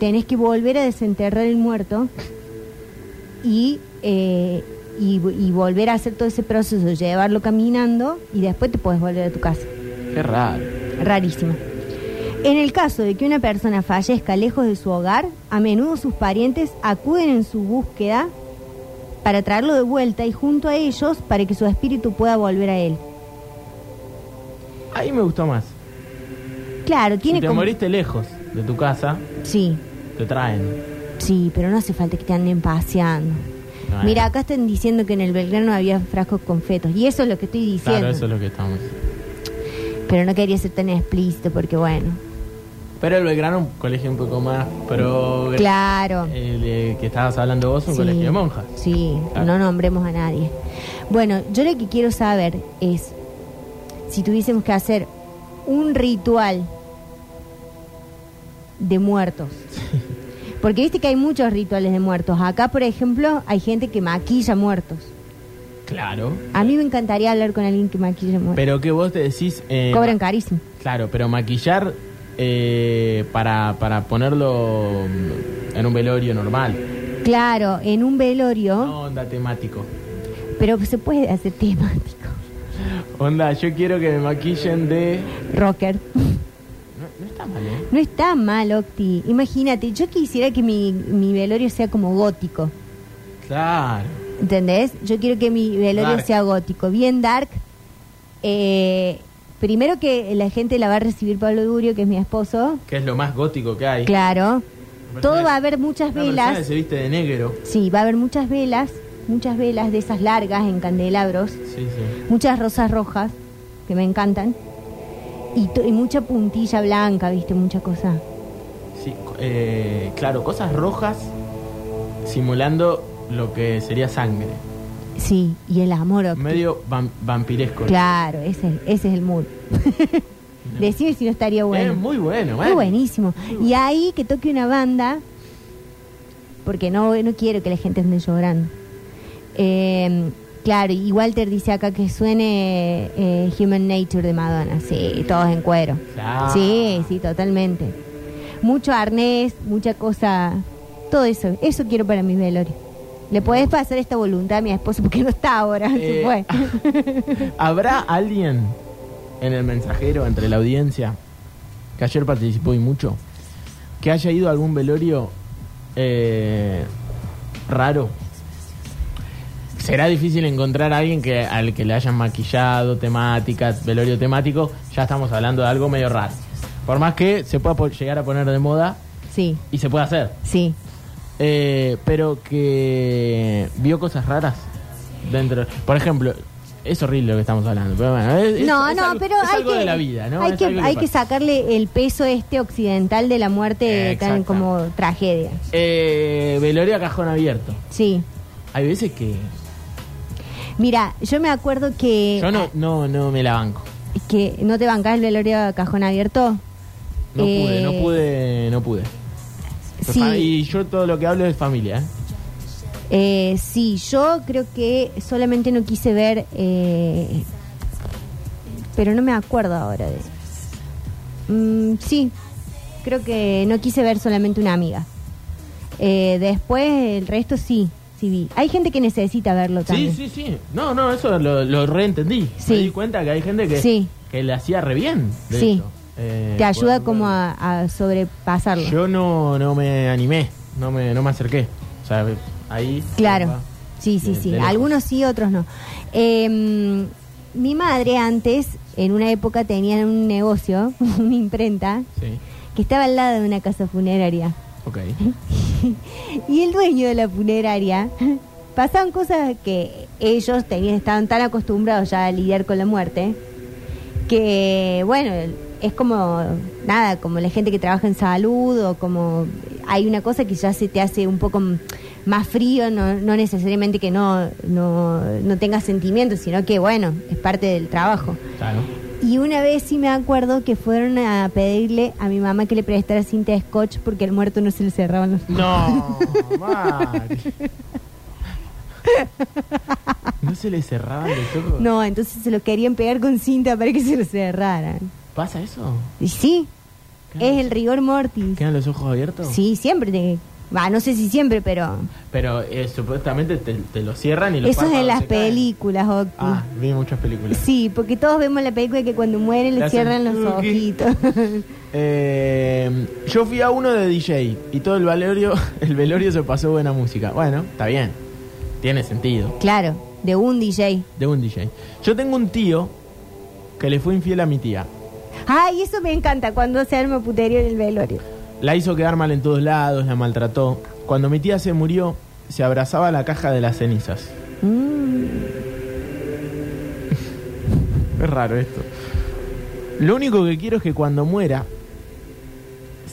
Speaker 3: tenés que volver a desenterrar el muerto y, eh, y, y volver a hacer todo ese proceso, llevarlo caminando y después te puedes volver a tu casa.
Speaker 2: Qué raro.
Speaker 3: Rarísimo. En el caso de que una persona fallezca lejos de su hogar, a menudo sus parientes acuden en su búsqueda para traerlo de vuelta y junto a ellos para que su espíritu pueda volver a él.
Speaker 2: Ahí me gustó más.
Speaker 3: Claro,
Speaker 2: Si
Speaker 3: tiene
Speaker 2: te
Speaker 3: como...
Speaker 2: moriste lejos de tu casa,
Speaker 3: Sí,
Speaker 2: te traen.
Speaker 3: sí, pero no hace falta que te anden paseando.
Speaker 2: Bueno,
Speaker 3: Mira, acá están diciendo que en el Belgrano había frascos con fetos y eso es lo que estoy diciendo.
Speaker 2: Claro, eso es lo que estamos.
Speaker 3: Pero no quería ser tan explícito porque, bueno,
Speaker 2: Pero el Belgrano, un colegio un poco más progre.
Speaker 3: Claro.
Speaker 2: El, eh, que estabas hablando vos, un colegio de monjas.
Speaker 3: Sí,
Speaker 2: Claro.
Speaker 3: no nombremos a nadie. Bueno, yo lo que quiero saber es si tuviésemos que hacer un ritual de
Speaker 2: *laughs*
Speaker 3: muertos. Porque viste que hay muchos rituales de muertos. Acá, por ejemplo, hay gente que maquilla muertos.
Speaker 2: Claro.
Speaker 3: A mí me encantaría hablar con alguien que maquilla muertos.
Speaker 2: Pero que vos te decís. eh,
Speaker 3: Cobran carísimo.
Speaker 2: Claro, pero maquillar eh, para, para ponerlo mm, en un velorio normal.
Speaker 3: Claro, en un velorio,
Speaker 2: Onda temático.
Speaker 3: pero se puede hacer temático. *laughs*
Speaker 2: Onda, yo quiero que me maquillen de.
Speaker 3: Rocker.
Speaker 2: No, no está mal, ¿eh?
Speaker 3: No está mal, Octi. Imagínate, yo quisiera que mi, mi velorio sea como gótico.
Speaker 2: Claro.
Speaker 3: ¿Entendés? Yo quiero que mi velorio
Speaker 2: Dark.
Speaker 3: sea gótico. Bien dark. Eh, primero que la gente la va a recibir Pablo Durio, que es mi esposo.
Speaker 2: Que es lo más gótico que hay.
Speaker 3: Claro.
Speaker 2: Una
Speaker 3: Todo
Speaker 2: persona-
Speaker 3: va a haber muchas
Speaker 2: Una persona que
Speaker 3: velas.
Speaker 2: se viste de negro.
Speaker 3: Sí, va a haber muchas velas. Muchas velas de esas largas en candelabros.
Speaker 2: Sí, sí.
Speaker 3: Muchas rosas rojas, que me encantan. Y, to- y mucha puntilla blanca, ¿viste? Mucha cosa.
Speaker 2: sí co- eh, claro, cosas rojas simulando lo que sería sangre.
Speaker 3: Sí, y el amor, Octi.
Speaker 2: Medio vam- vampiresco.
Speaker 3: Claro, ese, ese es el
Speaker 2: *laughs*
Speaker 3: mood. Decime si no estaría bueno.
Speaker 2: Es muy bueno,
Speaker 3: Muy buenísimo. Y ahí que toque una banda, porque no, no quiero que la gente ande llorando. Eh, claro, y Walter dice acá que suene eh, Human Nature de Madonna. Sí, todos en cuero.
Speaker 2: Claro.
Speaker 3: Sí, sí, totalmente. Mucho arnés, mucha cosa. Todo eso. Eso quiero para mi velorio. Le podés pasar esta voluntad a mi esposo *laughs* porque no está ahora. se *laughs*
Speaker 2: Eh,
Speaker 3: fue.
Speaker 2: ¿Habrá alguien en el mensajero, entre la audiencia, que ayer participó y mucho, que haya ido a algún velorio eh, raro? Será difícil encontrar a alguien que, al que le hayan maquillado temáticas, velorio temático, ya estamos hablando de algo medio raro. Por más que se pueda po- llegar a poner de moda
Speaker 3: Sí,
Speaker 2: y se puede hacer,
Speaker 3: sí.
Speaker 2: eh, pero que vio cosas raras dentro. Por ejemplo, es horrible lo que estamos hablando, pero bueno, es, es-
Speaker 3: no,
Speaker 2: es
Speaker 3: no,
Speaker 2: algo-
Speaker 3: pero
Speaker 2: es
Speaker 3: hay
Speaker 2: algo
Speaker 3: que,
Speaker 2: de la vida, ¿no?
Speaker 3: hay,
Speaker 2: Es
Speaker 3: que,
Speaker 2: algo
Speaker 3: hay que
Speaker 2: pasa. Eh,
Speaker 3: sacarle el peso este occidental de la muerte tan
Speaker 2: Exactamente.
Speaker 3: como tragedia.
Speaker 2: Eh, velorio a cajón abierto.
Speaker 3: Sí.
Speaker 2: Hay veces que
Speaker 3: Mira, yo me acuerdo que
Speaker 2: yo no, no, no me la banco.
Speaker 3: que no te bancás el velorio a cajón abierto.
Speaker 2: No
Speaker 3: Eh,
Speaker 2: pude, no pude, no pude.
Speaker 3: Sí.
Speaker 2: Y yo todo lo que hablo es familia. ¿eh?
Speaker 3: Eh, sí, yo creo que solamente no quise ver, eh, pero no me acuerdo ahora de eso. Mm, sí, creo que no quise ver solamente una amiga. Eh, después el resto sí, sí vi. Hay gente que necesita verlo
Speaker 2: Sí,
Speaker 3: también.
Speaker 2: sí, sí. No, no, eso lo, lo reentendí.
Speaker 3: Sí.
Speaker 2: Me di cuenta que hay gente que,
Speaker 3: Sí.
Speaker 2: que le hacía re bien. de
Speaker 3: Sí.
Speaker 2: eso. Eh,
Speaker 3: Te ayuda
Speaker 2: por-
Speaker 3: como a, a sobrepasarlo.
Speaker 2: Yo no, no me animé, no me, no me acerqué. O sea, ahí.
Speaker 3: Claro.
Speaker 2: va.
Speaker 3: Sí, sí,
Speaker 2: De-
Speaker 3: sí.
Speaker 2: de lejos.
Speaker 3: Algunos sí, otros no. Eh, mi madre antes, en una época, tenía un negocio, *laughs* una imprenta,
Speaker 2: Sí.
Speaker 3: que estaba al lado de una casa funeraria. *laughs*
Speaker 2: Ok.
Speaker 3: Y el dueño de la funeraria *laughs* pasaban cosas que ellos tenían, estaban tan acostumbrados ya a lidiar con la muerte, que bueno, es como nada, como la gente que trabaja en salud o como hay una cosa que ya se te hace un poco m- más frío, no, no necesariamente que no, no, no tengas sentimientos, sino que bueno, es parte del trabajo.
Speaker 2: Claro.
Speaker 3: Y una vez sí me acuerdo que fueron a pedirle a mi mamá que le prestara cinta de scotch porque al muerto no se le cerraban los
Speaker 2: No, Mari. *laughs* No se le cerraban los ojos.
Speaker 3: No, entonces se lo querían pegar con cinta para que se lo cerraran.
Speaker 2: ¿Pasa eso?
Speaker 3: Y sí,
Speaker 2: Claro.
Speaker 3: es el rigor mortis.
Speaker 2: ¿Quedan los ojos abiertos?
Speaker 3: Sí, siempre te... Va, no sé si siempre, pero...
Speaker 2: Pero eh, supuestamente te, te lo cierran y los
Speaker 3: Eso es de
Speaker 2: párpados
Speaker 3: las
Speaker 2: se caen.
Speaker 3: películas, Octi.
Speaker 2: Ah, vi muchas películas.
Speaker 3: Sí, porque todos vemos la película que cuando mueren
Speaker 2: Le
Speaker 3: le
Speaker 2: hacen
Speaker 3: cierran los
Speaker 2: tuki.
Speaker 3: ojitos. *laughs*
Speaker 2: Eh, yo fui a uno de DJ y todo el velorio, *laughs* el velorio se pasó buena música. Bueno, está bien. Tiene sentido.
Speaker 3: claro, de un DJ.
Speaker 2: De un DJ. Yo tengo un tío que le fue infiel a mi tía.
Speaker 3: Ay, eso me encanta, cuando se arma putería en el velorio.
Speaker 2: La hizo quedar mal en todos lados, la maltrató. Cuando mi tía se murió, se abrazaba a la caja de las cenizas. *laughs*
Speaker 3: Mm,
Speaker 2: Es raro esto. Lo único que quiero es que cuando muera,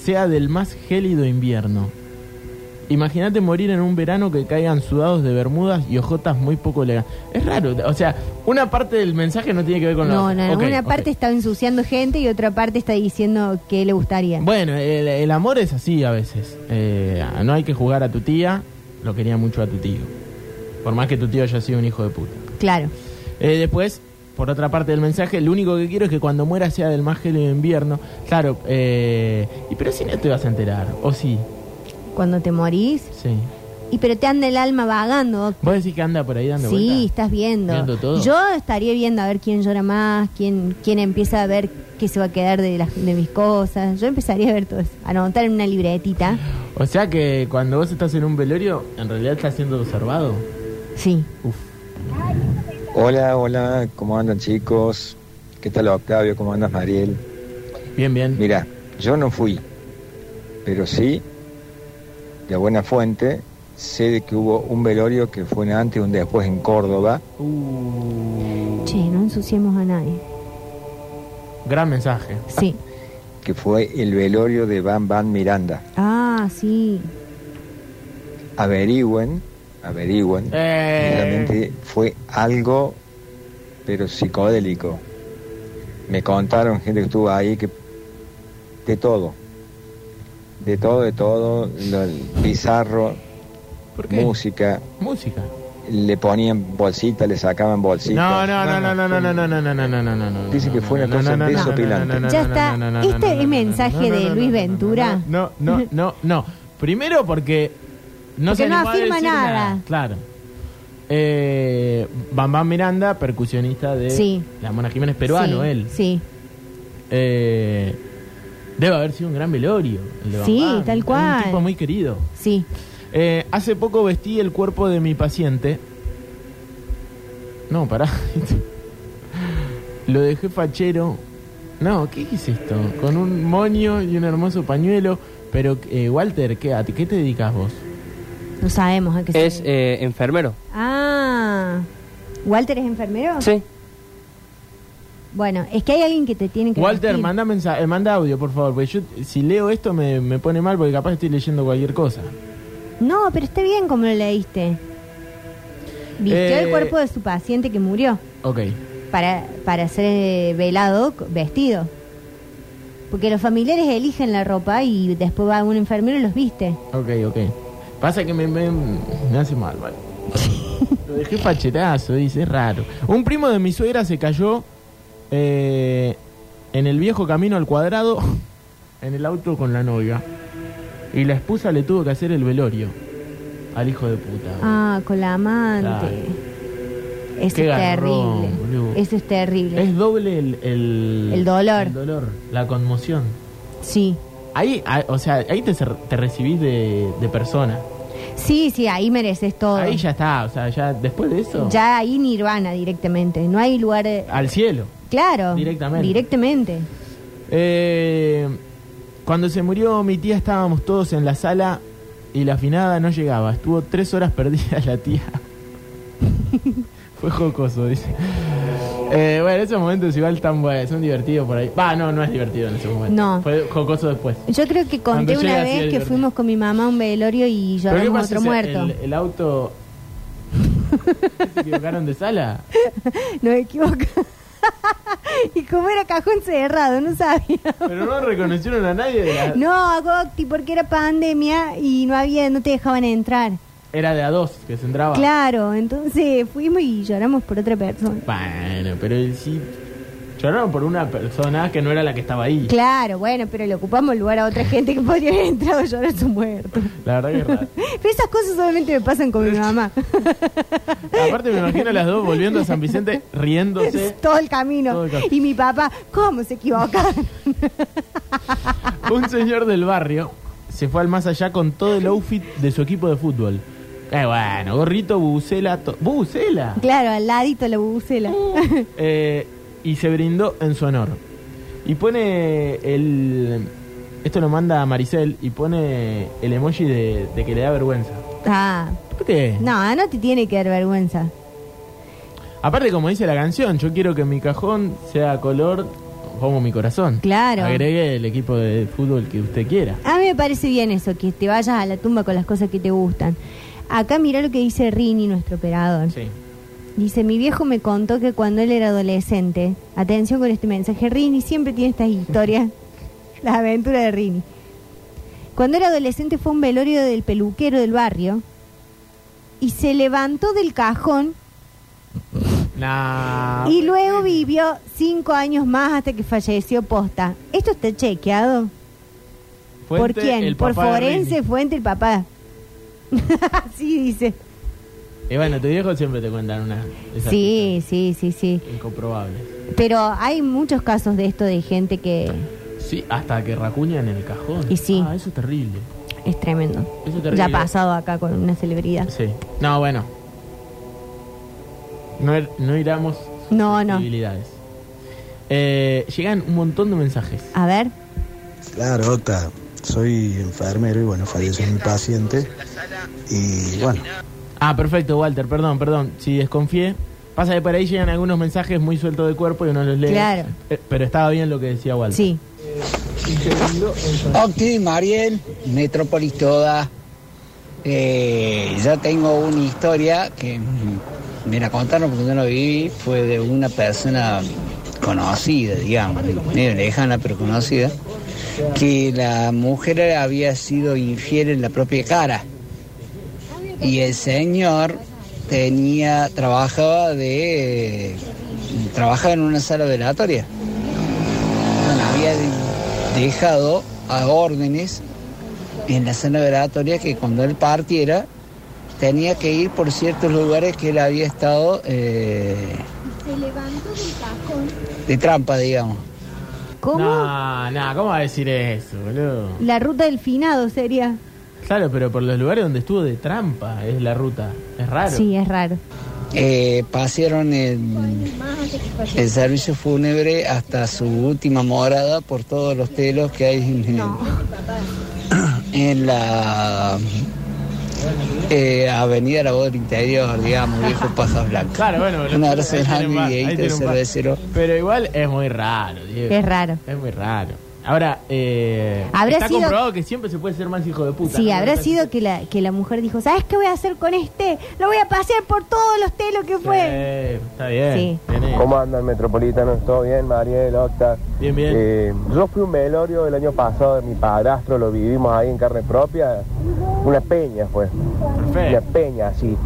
Speaker 2: sea del más gélido invierno. Imagínate morir en un verano que caigan sudados de bermudas y ojotas muy poco elegantes. Es raro, o sea, una parte del mensaje no tiene que ver con la
Speaker 3: No,
Speaker 2: otra.
Speaker 3: no, no.
Speaker 2: Ok,
Speaker 3: una
Speaker 2: ok.
Speaker 3: parte está ensuciando gente y otra parte está diciendo que le gustaría.
Speaker 2: Bueno, el, el amor es así a veces. Eh, no hay que jugar a tu tía, lo quería mucho a tu tío. Por más que tu tío haya sido un hijo de puta.
Speaker 3: Claro.
Speaker 2: Eh, después, por otra parte del mensaje, lo único que quiero es que cuando muera sea del más gélido invierno. Claro, eh, y pero si no te vas a enterar, o sí,
Speaker 3: Cuando te morís.
Speaker 2: sí.
Speaker 3: Y pero te anda el alma vagando.
Speaker 2: Vos decís que anda por ahí dando
Speaker 3: sí,
Speaker 2: vueltas?
Speaker 3: estás viendo.
Speaker 2: Viendo todo.
Speaker 3: Yo estaría viendo a ver quién llora más, quién, quién empieza a ver qué se va a quedar de, las, de mis cosas. Yo empezaría a ver todo eso. Anotar en una libretita.
Speaker 2: O sea que cuando vos estás en un velorio, en realidad estás siendo observado.
Speaker 3: Sí.
Speaker 2: Uf.
Speaker 7: Hola, hola, ¿cómo andan chicos? ¿Qué tal Octavio? ¿Cómo andas Mariel?
Speaker 2: Bien, bien.
Speaker 7: Mira, yo no fui, pero sí, de buena fuente, sé de que hubo un velorio que fue un antes y un después en Córdoba.
Speaker 3: Che, no ensuciemos a nadie.
Speaker 2: Gran mensaje.
Speaker 3: Sí.
Speaker 7: que fue el velorio de Van Van Miranda.
Speaker 3: Ah, sí.
Speaker 7: Averigüen, averigüen,
Speaker 2: Eh.
Speaker 7: realmente fue algo, pero psicodélico. Me contaron gente que estuvo ahí que de todo, de todo, de todo, lo- el bizarro,
Speaker 2: ¿Por qué?
Speaker 7: música,
Speaker 2: Música.
Speaker 7: le ponían bolsitas, le sacaban bolsitas.
Speaker 2: No, no, no, no, no, no, no, no, no, no, no, no, no, no, no.
Speaker 7: Dice que fue una
Speaker 2: no,
Speaker 7: cosa
Speaker 2: no, no,
Speaker 7: desopilante.
Speaker 2: no, no, no,
Speaker 3: Ya
Speaker 2: no,
Speaker 3: está.
Speaker 2: no, no, no,
Speaker 3: Este
Speaker 2: no, no,
Speaker 3: es
Speaker 2: no,
Speaker 3: mensaje
Speaker 2: no,
Speaker 3: de
Speaker 2: no,
Speaker 3: Luis
Speaker 2: no, no,
Speaker 3: Ventura.
Speaker 2: No, no, no, no. Primero porque no se
Speaker 3: Porque no
Speaker 2: animó a
Speaker 3: afirma
Speaker 2: decir
Speaker 3: nada.
Speaker 2: Claro. Eh, Bam Bam Miranda, percusionista de
Speaker 3: Sí.
Speaker 2: la Mona Jiménez peruano,
Speaker 3: Sí,
Speaker 2: él.
Speaker 3: Sí.
Speaker 2: Eh, debe haber sido un gran velorio. el de Bam
Speaker 3: Sí,
Speaker 2: Bam.
Speaker 3: tal
Speaker 2: Era
Speaker 3: cual.
Speaker 2: Un tipo muy querido.
Speaker 3: Sí.
Speaker 2: Eh, hace poco vestí el cuerpo de mi paciente. No, pará. *laughs* Lo dejé fachero. No, ¿qué es esto? Con un moño y un hermoso pañuelo. Pero, eh, Walter, ¿qué, ¿a ti- qué te dedicas vos?
Speaker 3: No sabemos a qué se
Speaker 5: Es eh, enfermero.
Speaker 3: Ah. ¿Walter es enfermero?
Speaker 5: Sí.
Speaker 3: Bueno, es que hay alguien que te tiene que
Speaker 2: Walter,
Speaker 3: vestir.
Speaker 2: manda, mensa- eh, manda audio, por favor. Porque yo, si leo esto, me, me pone mal porque capaz estoy leyendo cualquier cosa.
Speaker 3: No, pero está bien como lo leíste. Vistió
Speaker 2: Eh,
Speaker 3: el cuerpo de su paciente que murió
Speaker 2: Ok.
Speaker 3: para, para ser eh, velado co- vestido. Porque los familiares eligen la ropa y después va un enfermero y los viste.
Speaker 2: Ok, ok. Pasa que me, me- me hace mal,
Speaker 3: *laughs*
Speaker 2: vale. Lo dejé pacherazo, dice, es raro. Un primo de mi suegra se cayó eh, en el viejo camino al cuadrado, en el auto con la novia. Y la esposa le tuvo que hacer el velorio al hijo de puta. boludo.
Speaker 3: Ah, con la amante. Eso
Speaker 2: Qué
Speaker 3: es
Speaker 2: garrón,
Speaker 3: terrible.
Speaker 2: boludo.
Speaker 3: Eso es terrible.
Speaker 2: Es doble el, el,
Speaker 3: El dolor.
Speaker 2: el dolor, la conmoción.
Speaker 3: Sí.
Speaker 2: Ahí, ah, o sea, ahí te, cer- te recibís de, de persona.
Speaker 3: Sí, sí, ahí mereces todo.
Speaker 2: Ahí ya está, o sea, ya después de eso,
Speaker 3: Ya ahí nirvana directamente. No hay lugar. de-
Speaker 2: al cielo.
Speaker 3: Claro.
Speaker 2: Ah, Directamente.
Speaker 3: Directamente.
Speaker 2: Eh, cuando se murió mi tía estábamos todos en la sala y la afinada no llegaba. Estuvo tres horas *laughs* perdida la tía. Fue jocoso, dice. Eh, bueno, esos momentos igual tan buenos, son divertidos por ahí. Va, no, no es divertido en ese momento.
Speaker 3: No.
Speaker 2: Fue jocoso después.
Speaker 3: Yo creo que
Speaker 2: Cuando
Speaker 3: conté
Speaker 2: llega
Speaker 3: una
Speaker 2: así el
Speaker 3: vez que
Speaker 2: viernes.
Speaker 3: fuimos con mi mamá a un velorio y
Speaker 2: Pero ¿qué
Speaker 3: lloramos
Speaker 2: pasa
Speaker 3: otro
Speaker 2: si
Speaker 3: muerto.
Speaker 2: El, el auto... *laughs* ¿Se equivocaron de sala?
Speaker 3: *laughs* Nos equivocamos. y como era cajón cerrado, no sabía.
Speaker 2: Pero no reconocieron a nadie de la...
Speaker 3: No, Gocti, porque era pandemia y no había, no te dejaban entrar.
Speaker 2: Era de a dos que se entraba.
Speaker 3: Claro, entonces fuimos y lloramos por otra persona.
Speaker 2: Bueno, pero sí... Lloraron por una persona que no era la que estaba ahí.
Speaker 3: Claro, bueno, pero le ocupamos el lugar a otra gente que podría haber entrado a llorar a su muerto.
Speaker 2: La verdad que es raro.
Speaker 3: Pero esas cosas solamente me pasan con mi mamá.
Speaker 2: Aparte me imagino a las dos volviendo a San Vicente riéndose.
Speaker 3: *laughs* Todo el camino.
Speaker 2: Todo el camino.
Speaker 3: Y mi papá, ¿cómo se equivoca? *laughs*
Speaker 2: Un señor del barrio se fue al más allá con todo el outfit de su equipo de fútbol. Eh, bueno, gorrito, bucela, bucela.
Speaker 3: claro, al ladito la bubucela.
Speaker 2: Eh, y se brindó en su honor. Y pone el... Esto lo manda a Maricel y pone el emoji de, de que le da vergüenza.
Speaker 3: Ah,
Speaker 2: ¿Por qué?
Speaker 3: no, no te tiene que dar vergüenza.
Speaker 2: Aparte, como dice la canción, yo quiero que mi cajón sea color como mi corazón.
Speaker 3: Claro.
Speaker 2: Agregue el equipo de fútbol que usted quiera.
Speaker 3: A mí me parece bien eso, que te vayas a la tumba con las cosas que te gustan. Acá mirá lo que dice Rini, nuestro operador.
Speaker 2: Sí.
Speaker 3: Dice, mi viejo me contó que cuando él era adolescente, atención con este mensaje, Rini siempre tiene estas historias, *laughs* la aventura de Rini. Cuando era adolescente fue a un velorio del peluquero del barrio y se levantó del cajón
Speaker 2: Nah.
Speaker 3: y luego vivió cinco años más hasta que falleció posta. Esto está chequeado.
Speaker 2: Fuente,
Speaker 3: ¿Por quién?
Speaker 2: el
Speaker 3: Por
Speaker 2: papá de Rini.
Speaker 3: forense, fuente, el papá. *laughs* Así dice.
Speaker 2: Y bueno, tu viejo siempre te cuentan una. esas
Speaker 3: Sí, sí, sí, sí.
Speaker 2: cosas Incomprobables.
Speaker 3: Pero hay muchos casos de esto de gente que
Speaker 2: Sí, hasta que racuñan el cajón.
Speaker 3: Y sí.
Speaker 2: Ah, eso es terrible.
Speaker 3: es tremendo.
Speaker 2: Eso es terrible.
Speaker 3: Ya ha pasado acá con una celebridad.
Speaker 2: Sí. No, bueno. No, ir- no iramos
Speaker 3: No, no.
Speaker 2: posibilidades. Eh, llegan un montón de mensajes.
Speaker 3: A ver,
Speaker 8: Claro, Ota. Soy enfermero y bueno, falleció un paciente. Y bueno,
Speaker 2: Ah, perfecto, Walter, perdón, perdón. Si desconfié. Pasa que por ahí llegan algunos mensajes muy sueltos de cuerpo y uno los lee.
Speaker 3: Claro.
Speaker 2: Eh, pero estaba bien lo que decía Walter.
Speaker 3: sí.
Speaker 9: Octi, Mariel, Metrópolis toda. Eh, yo tengo una historia que mm, me la contaron porque yo no viví, fue de una persona conocida, digamos, medio lejana pero conocida, que la mujer había sido infiel en la propia cara. Y el señor tenía, trabajaba de, trabajaba en una sala velatoria. Bueno, había de- dejado a órdenes en la sala velatoria que cuando él partiera tenía que ir por ciertos lugares que él había estado eh, de trampa, digamos.
Speaker 3: ¿Cómo?
Speaker 2: No, no, ¿cómo va a decir eso, boludo?
Speaker 3: La ruta del finado sería.
Speaker 2: Claro, pero por los lugares donde estuvo de trampa es la ruta. Es raro.
Speaker 3: Sí, es raro.
Speaker 9: Eh, pasaron el, el servicio fúnebre hasta su última morada por todos los telos que hay en, el- en la eh, avenida La Voz del Interior, digamos, viejo Paja Blanca.
Speaker 2: Claro, bueno,
Speaker 9: Un
Speaker 2: pero-
Speaker 9: abrazo
Speaker 2: ahí
Speaker 9: grande,
Speaker 2: tienen más, ahí
Speaker 9: Dieguito,
Speaker 2: tienen más.
Speaker 9: cervecero.
Speaker 2: Pero igual es muy raro, Diego.
Speaker 3: Es raro.
Speaker 2: Es muy raro. Ahora, eh,
Speaker 3: Habrá
Speaker 2: está
Speaker 3: sido-
Speaker 2: comprobado que siempre se puede ser más hijo de puta.
Speaker 3: Sí,
Speaker 2: ¿no?
Speaker 3: habrá
Speaker 2: Está-
Speaker 3: sido que la, que la mujer dijo, ¿sabes qué voy a hacer con este? Lo voy a pasear por todos los telos que
Speaker 2: Sí,
Speaker 3: fue.
Speaker 2: está bien.
Speaker 3: Sí.
Speaker 2: Tiene-
Speaker 10: ¿Cómo andan, metropolitanos? ¿Todo bien, Mariel, Octa?
Speaker 2: Bien, bien.
Speaker 10: Eh, yo fui a un velorio el año pasado de mi padrastro, lo vivimos ahí en carne propia. Una peña fue. Una
Speaker 2: Perfecto.
Speaker 10: peña, así.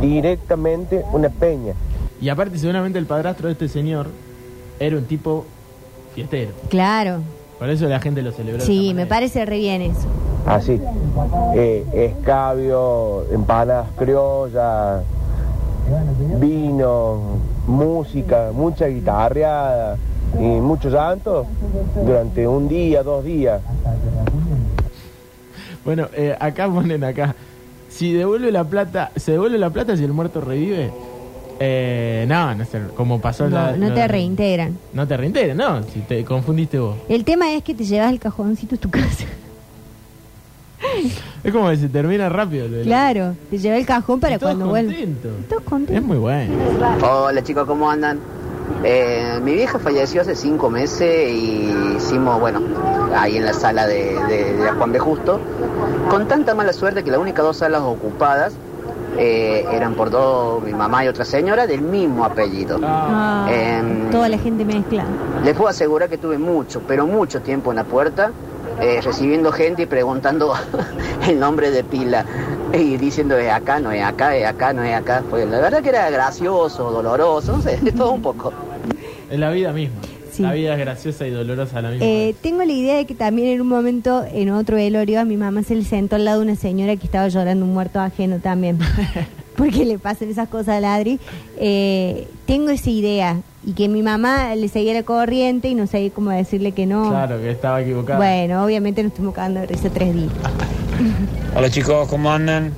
Speaker 10: Directamente una peña.
Speaker 2: Y aparte, seguramente el padrastro de este señor era un tipo fiestero.
Speaker 3: Claro.
Speaker 2: Por eso la gente lo celebró. de
Speaker 3: Sí,
Speaker 2: esa
Speaker 3: me
Speaker 2: manera.
Speaker 3: parece re bien eso.
Speaker 10: Así. Eh, escabio, empanadas criollas, vino, música, mucha guitarreada y mucho llanto durante un día, dos días.
Speaker 2: Bueno, eh, acá ponen acá. Si devuelve la plata, se devuelve la plata si el muerto revive. Eh, no, no sé, como pasó la.
Speaker 3: No, no
Speaker 2: lo-
Speaker 3: te reintegran.
Speaker 2: No te reintegran, no, si te confundiste vos.
Speaker 3: El tema es que te llevas el cajoncito a tu
Speaker 2: *laughs*
Speaker 3: casa.
Speaker 2: Es como que se termina rápido. lo de la-
Speaker 3: Claro, te lleva el cajón para
Speaker 2: Y todos
Speaker 3: cuando vuelva.
Speaker 2: contentos.
Speaker 3: Todos
Speaker 2: Es
Speaker 3: contentos.
Speaker 2: muy bueno.
Speaker 11: Hola chicos, ¿cómo andan? Eh, mi vieja falleció hace cinco meses y hicimos, bueno, ahí en la sala de, de- de la Juan B. Justo, con tanta mala suerte que las únicas dos salas ocupadas eh, eran por dos, mi mamá y otra señora del mismo apellido.
Speaker 3: Ah,
Speaker 11: Em,
Speaker 3: toda la gente mezclada.
Speaker 11: Les puedo asegurar que tuve mucho, pero mucho tiempo en la puerta, eh, recibiendo gente y preguntando *laughs* el nombre de pila y diciendo es acá, no es acá, es acá, no es acá. Pues la verdad que era gracioso, doloroso, no sé, de todo un poco.
Speaker 2: Es la vida misma.
Speaker 3: Sí.
Speaker 2: La vida es graciosa y dolorosa a la misma.
Speaker 3: Eh,
Speaker 2: vez.
Speaker 3: tengo la idea de que también en un momento, en otro velorio, a mi mamá se le sentó al lado de una señora que estaba llorando un muerto ajeno
Speaker 2: *laughs*
Speaker 3: también. Porque le pasan esas cosas a Adri. Eh, tengo esa idea. Y que mi mamá le seguía la corriente y no sabía cómo decirle que no.
Speaker 2: Claro, que estaba equivocado.
Speaker 3: Bueno, obviamente nos estuvimos cagando de risa tres días.
Speaker 12: Hola chicos, ¿cómo andan?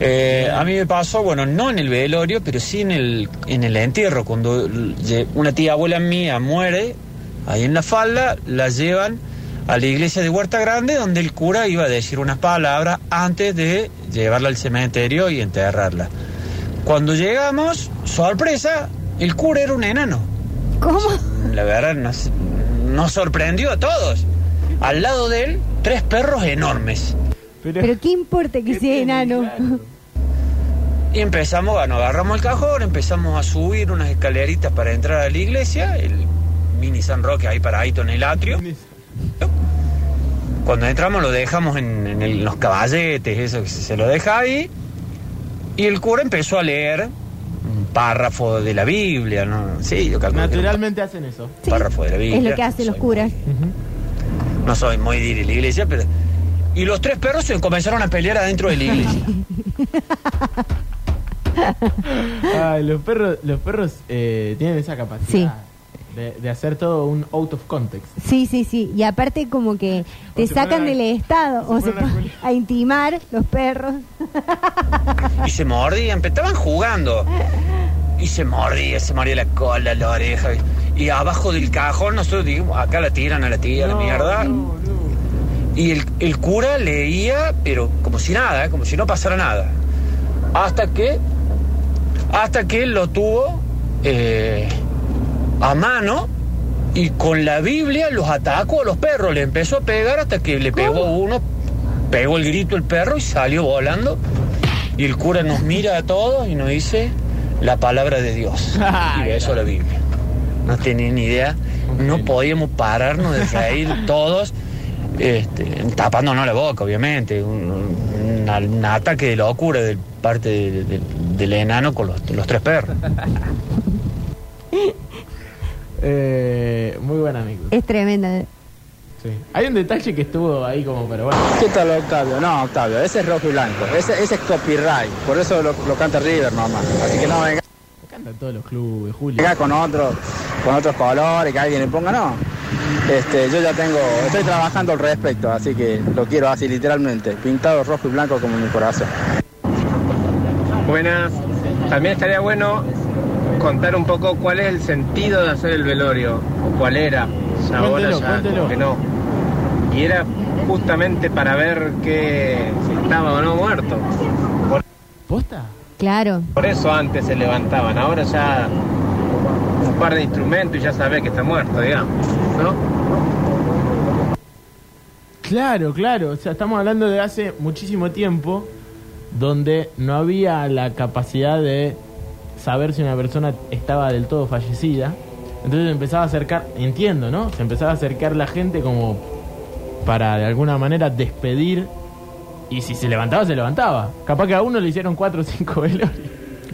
Speaker 12: Eh, a mí me pasó, bueno, no en el velorio, pero sí en el, en el entierro. Cuando lle- una tía abuela mía muere, ahí en la falda, la llevan a la iglesia de Huerta Grande, donde el cura iba a decir unas palabras antes de llevarla al cementerio y enterrarla. Cuando llegamos, sorpresa, el cura era un enano.
Speaker 2: *laughs*
Speaker 3: ¿Cómo?
Speaker 12: La verdad, no sé, nos sorprendió a todos. Al lado de él, tres perros enormes.
Speaker 3: Pero qué importa que sea enano.
Speaker 12: Y empezamos, bueno, agarramos el cajón, empezamos a subir unas escaleritas para entrar a la iglesia, el mini San Roque ahí paradito en el atrio. Cuando entramos lo dejamos en, en el- los caballetes, eso que se se lo deja ahí. Y el cura empezó a leer un párrafo de la Biblia, ¿no? Sí, yo calculo que era un
Speaker 2: *laughs* Naturalmente hacen eso.
Speaker 12: párrafo de la Biblia.
Speaker 3: Es lo que hacen los curas.
Speaker 12: No soy muy de ir a la iglesia, pero... Y los tres perros se comenzaron a pelear adentro de la iglesia.
Speaker 2: *laughs* Ay, los perros, los perros eh, tienen esa capacidad de, de hacer todo un out of context.
Speaker 3: Sí, sí, sí. Y aparte como que te
Speaker 2: se
Speaker 3: sacan
Speaker 2: ponen
Speaker 3: del
Speaker 2: a-
Speaker 3: estado o se ponen a intimar los perros.
Speaker 12: y se mordían, pero estaban jugando. Y se mordía, se mordía la cola, la oreja. Y abajo del cajón nosotros dijimos, acá la tiran a la tía, la mierda. Y el, el cura leía, pero como si nada, ¿eh? como si no pasara nada. Hasta que, hasta que lo tuvo eh, a mano y con la Biblia los atacó a los perros. Le empezó a pegar hasta que le pegó uno, pegó el grito el perro y salió volando. Y el cura nos mira a todos y nos dice la palabra de
Speaker 2: *laughs*
Speaker 12: Dios. Y de eso la Biblia. No tenían ni idea. No podíamos pararnos de reír todos, este, tapándonos la boca, obviamente. Un, un- un ataque de locura de parte de- de- del enano con los, los tres perros.
Speaker 2: Eh, muy buen amigo.
Speaker 3: Es tremenda.
Speaker 2: Sí. Hay un detalle que estuvo ahí como, pero bueno.
Speaker 13: ¿Qué tal Octavio? No, Octavio, ese es rojo y blanco, ese, ese es copyright, por eso lo, lo canta River nomás. Así que no venga,
Speaker 2: Cantan todos los clubes, Julio.
Speaker 13: venga con otros, con otros colores, que alguien le ponga, no. Este, yo ya tengo, estoy trabajando al respecto, así que lo quiero así literalmente, pintado rojo y blanco como mi corazón.
Speaker 14: Buenas. También estaría bueno contar un poco cuál es el sentido de hacer el velorio, o cuál era. Ahora
Speaker 2: Cuéntelo,
Speaker 14: ya
Speaker 2: cuéntelo.
Speaker 14: como que no. Y era justamente para ver que si estaba o no muerto. Por,
Speaker 3: Claro.
Speaker 14: por eso antes se levantaban. Ahora ya un par de instrumentos y ya sabés que está muerto, digamos, ¿no?
Speaker 2: Claro, claro. O sea, estamos hablando de hace muchísimo tiempo donde no había la capacidad de saber si una persona estaba del todo fallecida. Entonces empezaba a acercar, entiendo, ¿no? Se empezaba a acercar la gente como para de alguna manera despedir. Y si se levantaba, se levantaba. Capaz que a uno le hicieron cuatro o cinco velorios.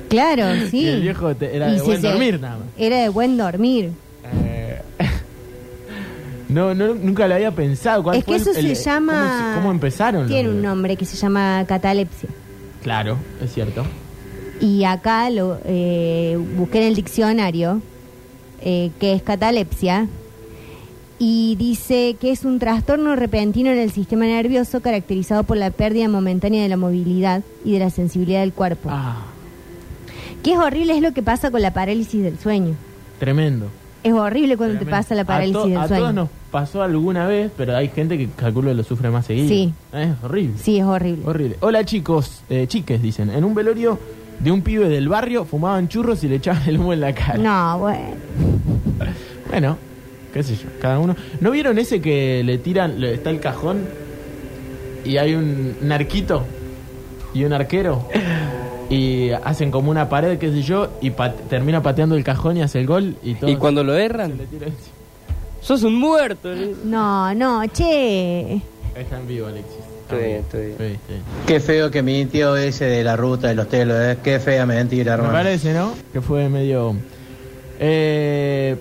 Speaker 3: Claro, sí.
Speaker 2: Y el viejo te- era
Speaker 3: Y
Speaker 2: de
Speaker 3: si
Speaker 2: buen
Speaker 3: se- Eh.
Speaker 2: dormir nada más.
Speaker 3: Era de buen dormir.
Speaker 2: *laughs* No, no, nunca lo había pensado. ¿Cuál
Speaker 3: Es
Speaker 2: fue
Speaker 3: que eso
Speaker 2: el-
Speaker 3: se
Speaker 2: el-
Speaker 3: llama-
Speaker 2: ¿Cómo, se- cómo empezaron? los
Speaker 3: Tiene un
Speaker 2: velorios?
Speaker 3: nombre que se llama catalepsia.
Speaker 2: Claro, es cierto.
Speaker 3: Y acá lo eh, busqué en el diccionario, eh, que es catalepsia, y dice que es un trastorno repentino en el sistema nervioso caracterizado por la pérdida momentánea de la movilidad y de la sensibilidad del cuerpo.
Speaker 2: Ah.
Speaker 5: Ah.
Speaker 3: Que es horrible, es lo que pasa con la parálisis del sueño.
Speaker 2: Tremendo.
Speaker 3: Es horrible cuando te
Speaker 2: Tremendo.
Speaker 3: pasa la
Speaker 2: a
Speaker 3: parálisis
Speaker 2: to-
Speaker 3: del
Speaker 2: a
Speaker 3: sueño.
Speaker 2: todos nos pasó alguna vez, pero hay gente que calculo lo sufre más seguido.
Speaker 3: Sí.
Speaker 2: Eh, Es horrible.
Speaker 3: Sí, es horrible.
Speaker 2: Horrible. Hola chicos, eh, chiques, dicen. En un velorio de un pibe del barrio fumaban churros y le echaban el humo en la cara.
Speaker 3: No, bueno.
Speaker 2: Bueno, qué sé yo, cada uno. ¿No vieron ese que le tiran, le- está el cajón y hay un, un arquito y un arquero y hacen como una pared, qué sé yo, y pat- termina pateando el cajón y hace el gol y todo.
Speaker 5: Y cuando lo erran, sos un muerto.
Speaker 3: No, no, che.
Speaker 2: Está en vivo, Alexis.
Speaker 5: Estoy bien, estoy bien.
Speaker 15: Qué feo que mi tío ese de la ruta de los telos, ¿eh? qué fea mentira,
Speaker 2: Me
Speaker 15: hermano.
Speaker 2: parece, ¿no? Que fue medio... Eh,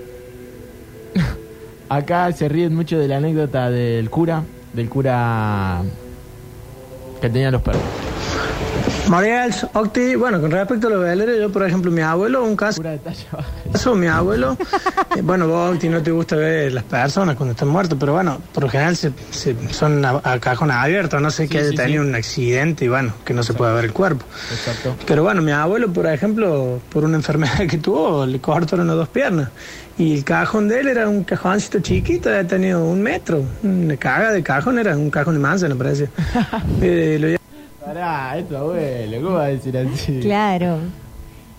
Speaker 2: *laughs* acá se ríen mucho de la anécdota del cura, del cura que tenía los perros.
Speaker 16: María Octi, bueno, con respecto a los velorios, yo por ejemplo, mi abuelo, un caso, caso mi
Speaker 17: *laughs*
Speaker 16: abuelo, eh, bueno, vos Octi no te gusta ver las personas cuando están muertos, pero bueno, por lo general se, se- son a, a cajón abierto, no sé que haya
Speaker 17: sí,
Speaker 16: tenido un accidente y bueno, que no se pueda ver el cuerpo. Pero bueno, mi abuelo, por ejemplo, por una enfermedad que tuvo, le cortaron las dos piernas. Y el cajón de él era un cajoncito chiquito, había tenido un metro. Una caga de cajón, era un cajón de manzana, parece. Eh, lo lle-
Speaker 2: Pará, esto abuelo, ¿cómo va a decir así?
Speaker 3: Claro.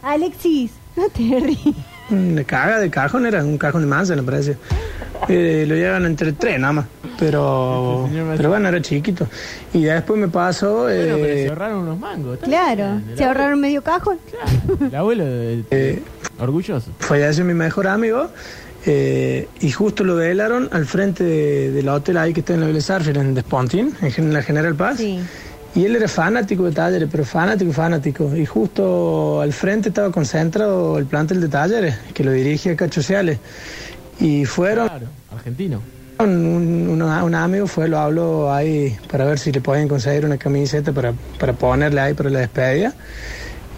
Speaker 3: Alexis, no te rías.
Speaker 2: *laughs*
Speaker 16: Una caga de cajón era un cajón de manzana, parece. Eh, lo llevan entre tres nada más. Pero, pero bueno, era chiquito. Y después me pasó.
Speaker 2: Bueno, pero
Speaker 16: eh,
Speaker 2: se ahorraron unos mangos. está
Speaker 3: Claro,
Speaker 2: bien, el
Speaker 3: se
Speaker 2: abuelo-
Speaker 3: ahorraron medio cajón.
Speaker 2: El abuelo, eh, orgulloso.
Speaker 16: Falleció mi mejor amigo eh, y justo lo velaron al frente de- del hotel ahí que está en la Vélez Sarsfield, en Despontín, en gen- la General Paz. Y él era fanático de Talleres, pero fanático, fanático. Y justo al frente estaba concentrado el plantel de Talleres, que lo dirigía Cacho Seales. Y fueron...
Speaker 2: Argentino.
Speaker 16: Un, un- un amigo fue, lo habló ahí para ver si le podían conseguir una camiseta para, para ponerle ahí para la despedida.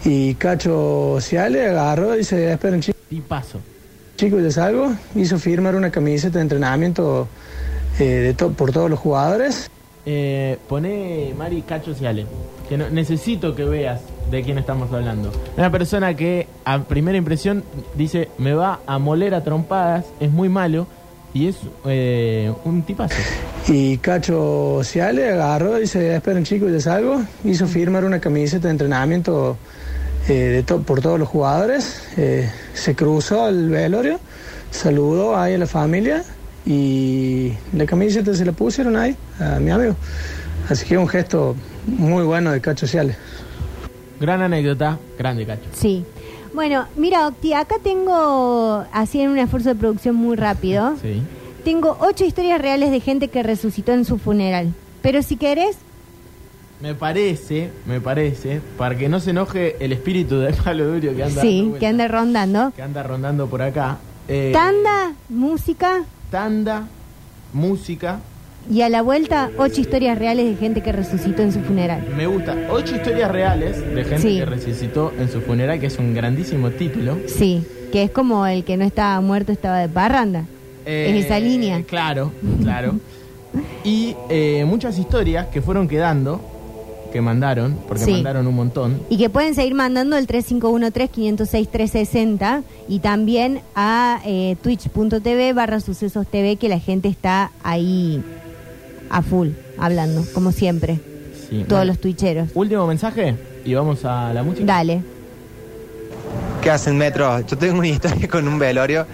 Speaker 16: Y Cacho Ciale agarró y dice, esperen chicos.
Speaker 2: Y paso.
Speaker 16: Chicos, les algo. Hizo firmar una camiseta de entrenamiento eh, de to- por todos los jugadores.
Speaker 2: Eh, pone Mari Cacho Ciale, que no- necesito que veas de quién estamos hablando. Una persona que a primera impresión dice, me va a moler a trompadas, es muy malo y es eh, un tipazo.
Speaker 16: Y Cacho Ciale agarró y dice, esperen chicos, les algo. Hizo firmar una camiseta de entrenamiento eh, de to- por todos los jugadores. Eh, se cruzó al velorio, saludó ahí a la familia y la camiseta se la pusieron ahí a mi amigo. Así que un gesto muy bueno de Cacho Ciale.
Speaker 2: Gran anécdota, grande Cacho.
Speaker 3: Sí. Bueno, mira, Octi, acá tengo, así en un esfuerzo de producción muy rápido,
Speaker 2: Sí.
Speaker 3: tengo ocho historias reales de gente que resucitó en su funeral. Pero si querés,
Speaker 2: Me parece, me parece, para que no se enoje el espíritu de Pablo Durio que anda,
Speaker 3: sí,
Speaker 2: dando
Speaker 3: que anda rondando.
Speaker 2: vueltas, que anda rondando por acá. eh,
Speaker 3: Tanda, música.
Speaker 2: Tanda. música.
Speaker 3: Y a la vuelta, ocho historias reales de gente que resucitó en su funeral.
Speaker 2: Me gusta. Ocho historias reales de gente
Speaker 3: Sí.
Speaker 2: que resucitó en su funeral, que es un grandísimo título.
Speaker 3: Sí, que es como el que no estaba muerto estaba de parranda.
Speaker 2: Eh,
Speaker 3: es esa línea.
Speaker 2: Claro, claro. y eh, muchas historias que fueron quedando, que mandaron, porque
Speaker 3: Sí.
Speaker 2: mandaron un montón.
Speaker 3: Y que pueden seguir mandando el 3513-506-360 y también a eh, twitch.tv barra sucesos TV que la gente está ahí a full hablando, como siempre.
Speaker 2: Sí,
Speaker 3: Todos
Speaker 2: bueno.
Speaker 3: los twitcheros.
Speaker 2: Último mensaje y vamos a la música.
Speaker 3: Dale.
Speaker 17: ¿Qué hacen metro? Yo tengo una historia con un velorio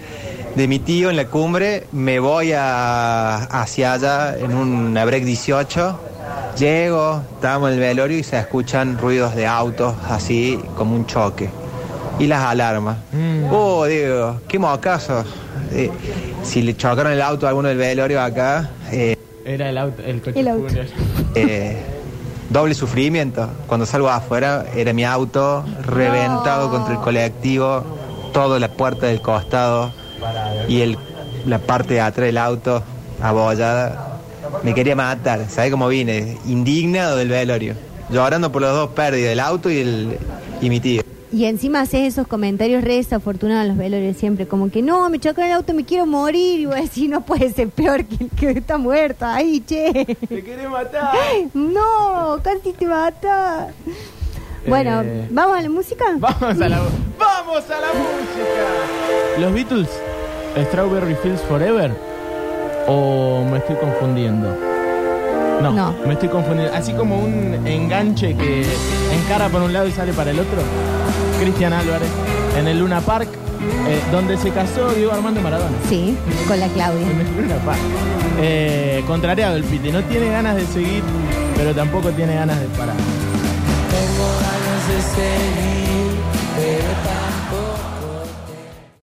Speaker 17: de mi tío en la cumbre. Me voy a, hacia allá en una break 18. Llego, estamos en el velorio y se escuchan ruidos de autos así como un choque. Y las alarmas. Oh, digo, qué mocaso. Eh, si le chocaron el auto a alguno del velorio acá, eh,
Speaker 2: Era el auto, el coche
Speaker 3: El auto.
Speaker 2: funeral.
Speaker 17: eh, doble sufrimiento. Cuando salgo afuera, era mi auto reventado contra el colectivo, toda la puerta del costado y el- la parte de atrás del auto abollada. Me quería matar, ¿sabes cómo vine? Indignado del velorio, llorando por los dos pérdidas, el auto y, el, y mi tío.
Speaker 3: Y encima haces esos comentarios re desafortunados en los velorios siempre, como que no, me chocaron el auto, me quiero morir. Y vos decís, no puede ser peor que el que está muerto. Ay, che.
Speaker 2: Te quiere matar.
Speaker 3: *laughs* No, casi te mata. Bueno,
Speaker 2: Eh.
Speaker 3: ¿vamos a la música?
Speaker 2: *laughs* Vamos a la, vamos a la música. Los Beatles, Strawberry Fields Forever. ¿O me estoy confundiendo? No,
Speaker 3: No.
Speaker 2: me estoy confundiendo. Así como un enganche que encara por un lado y sale para el otro. Cristian Álvarez, en el Luna Park, eh, donde se casó Diego Armando Maradona. *laughs*
Speaker 3: Sí, con la Claudia.
Speaker 2: En el Luna Park. Eh, contrariado el Piti, no tiene ganas de seguir, pero tampoco tiene ganas de parar.
Speaker 1: Tengo ganas de seguir, pero tan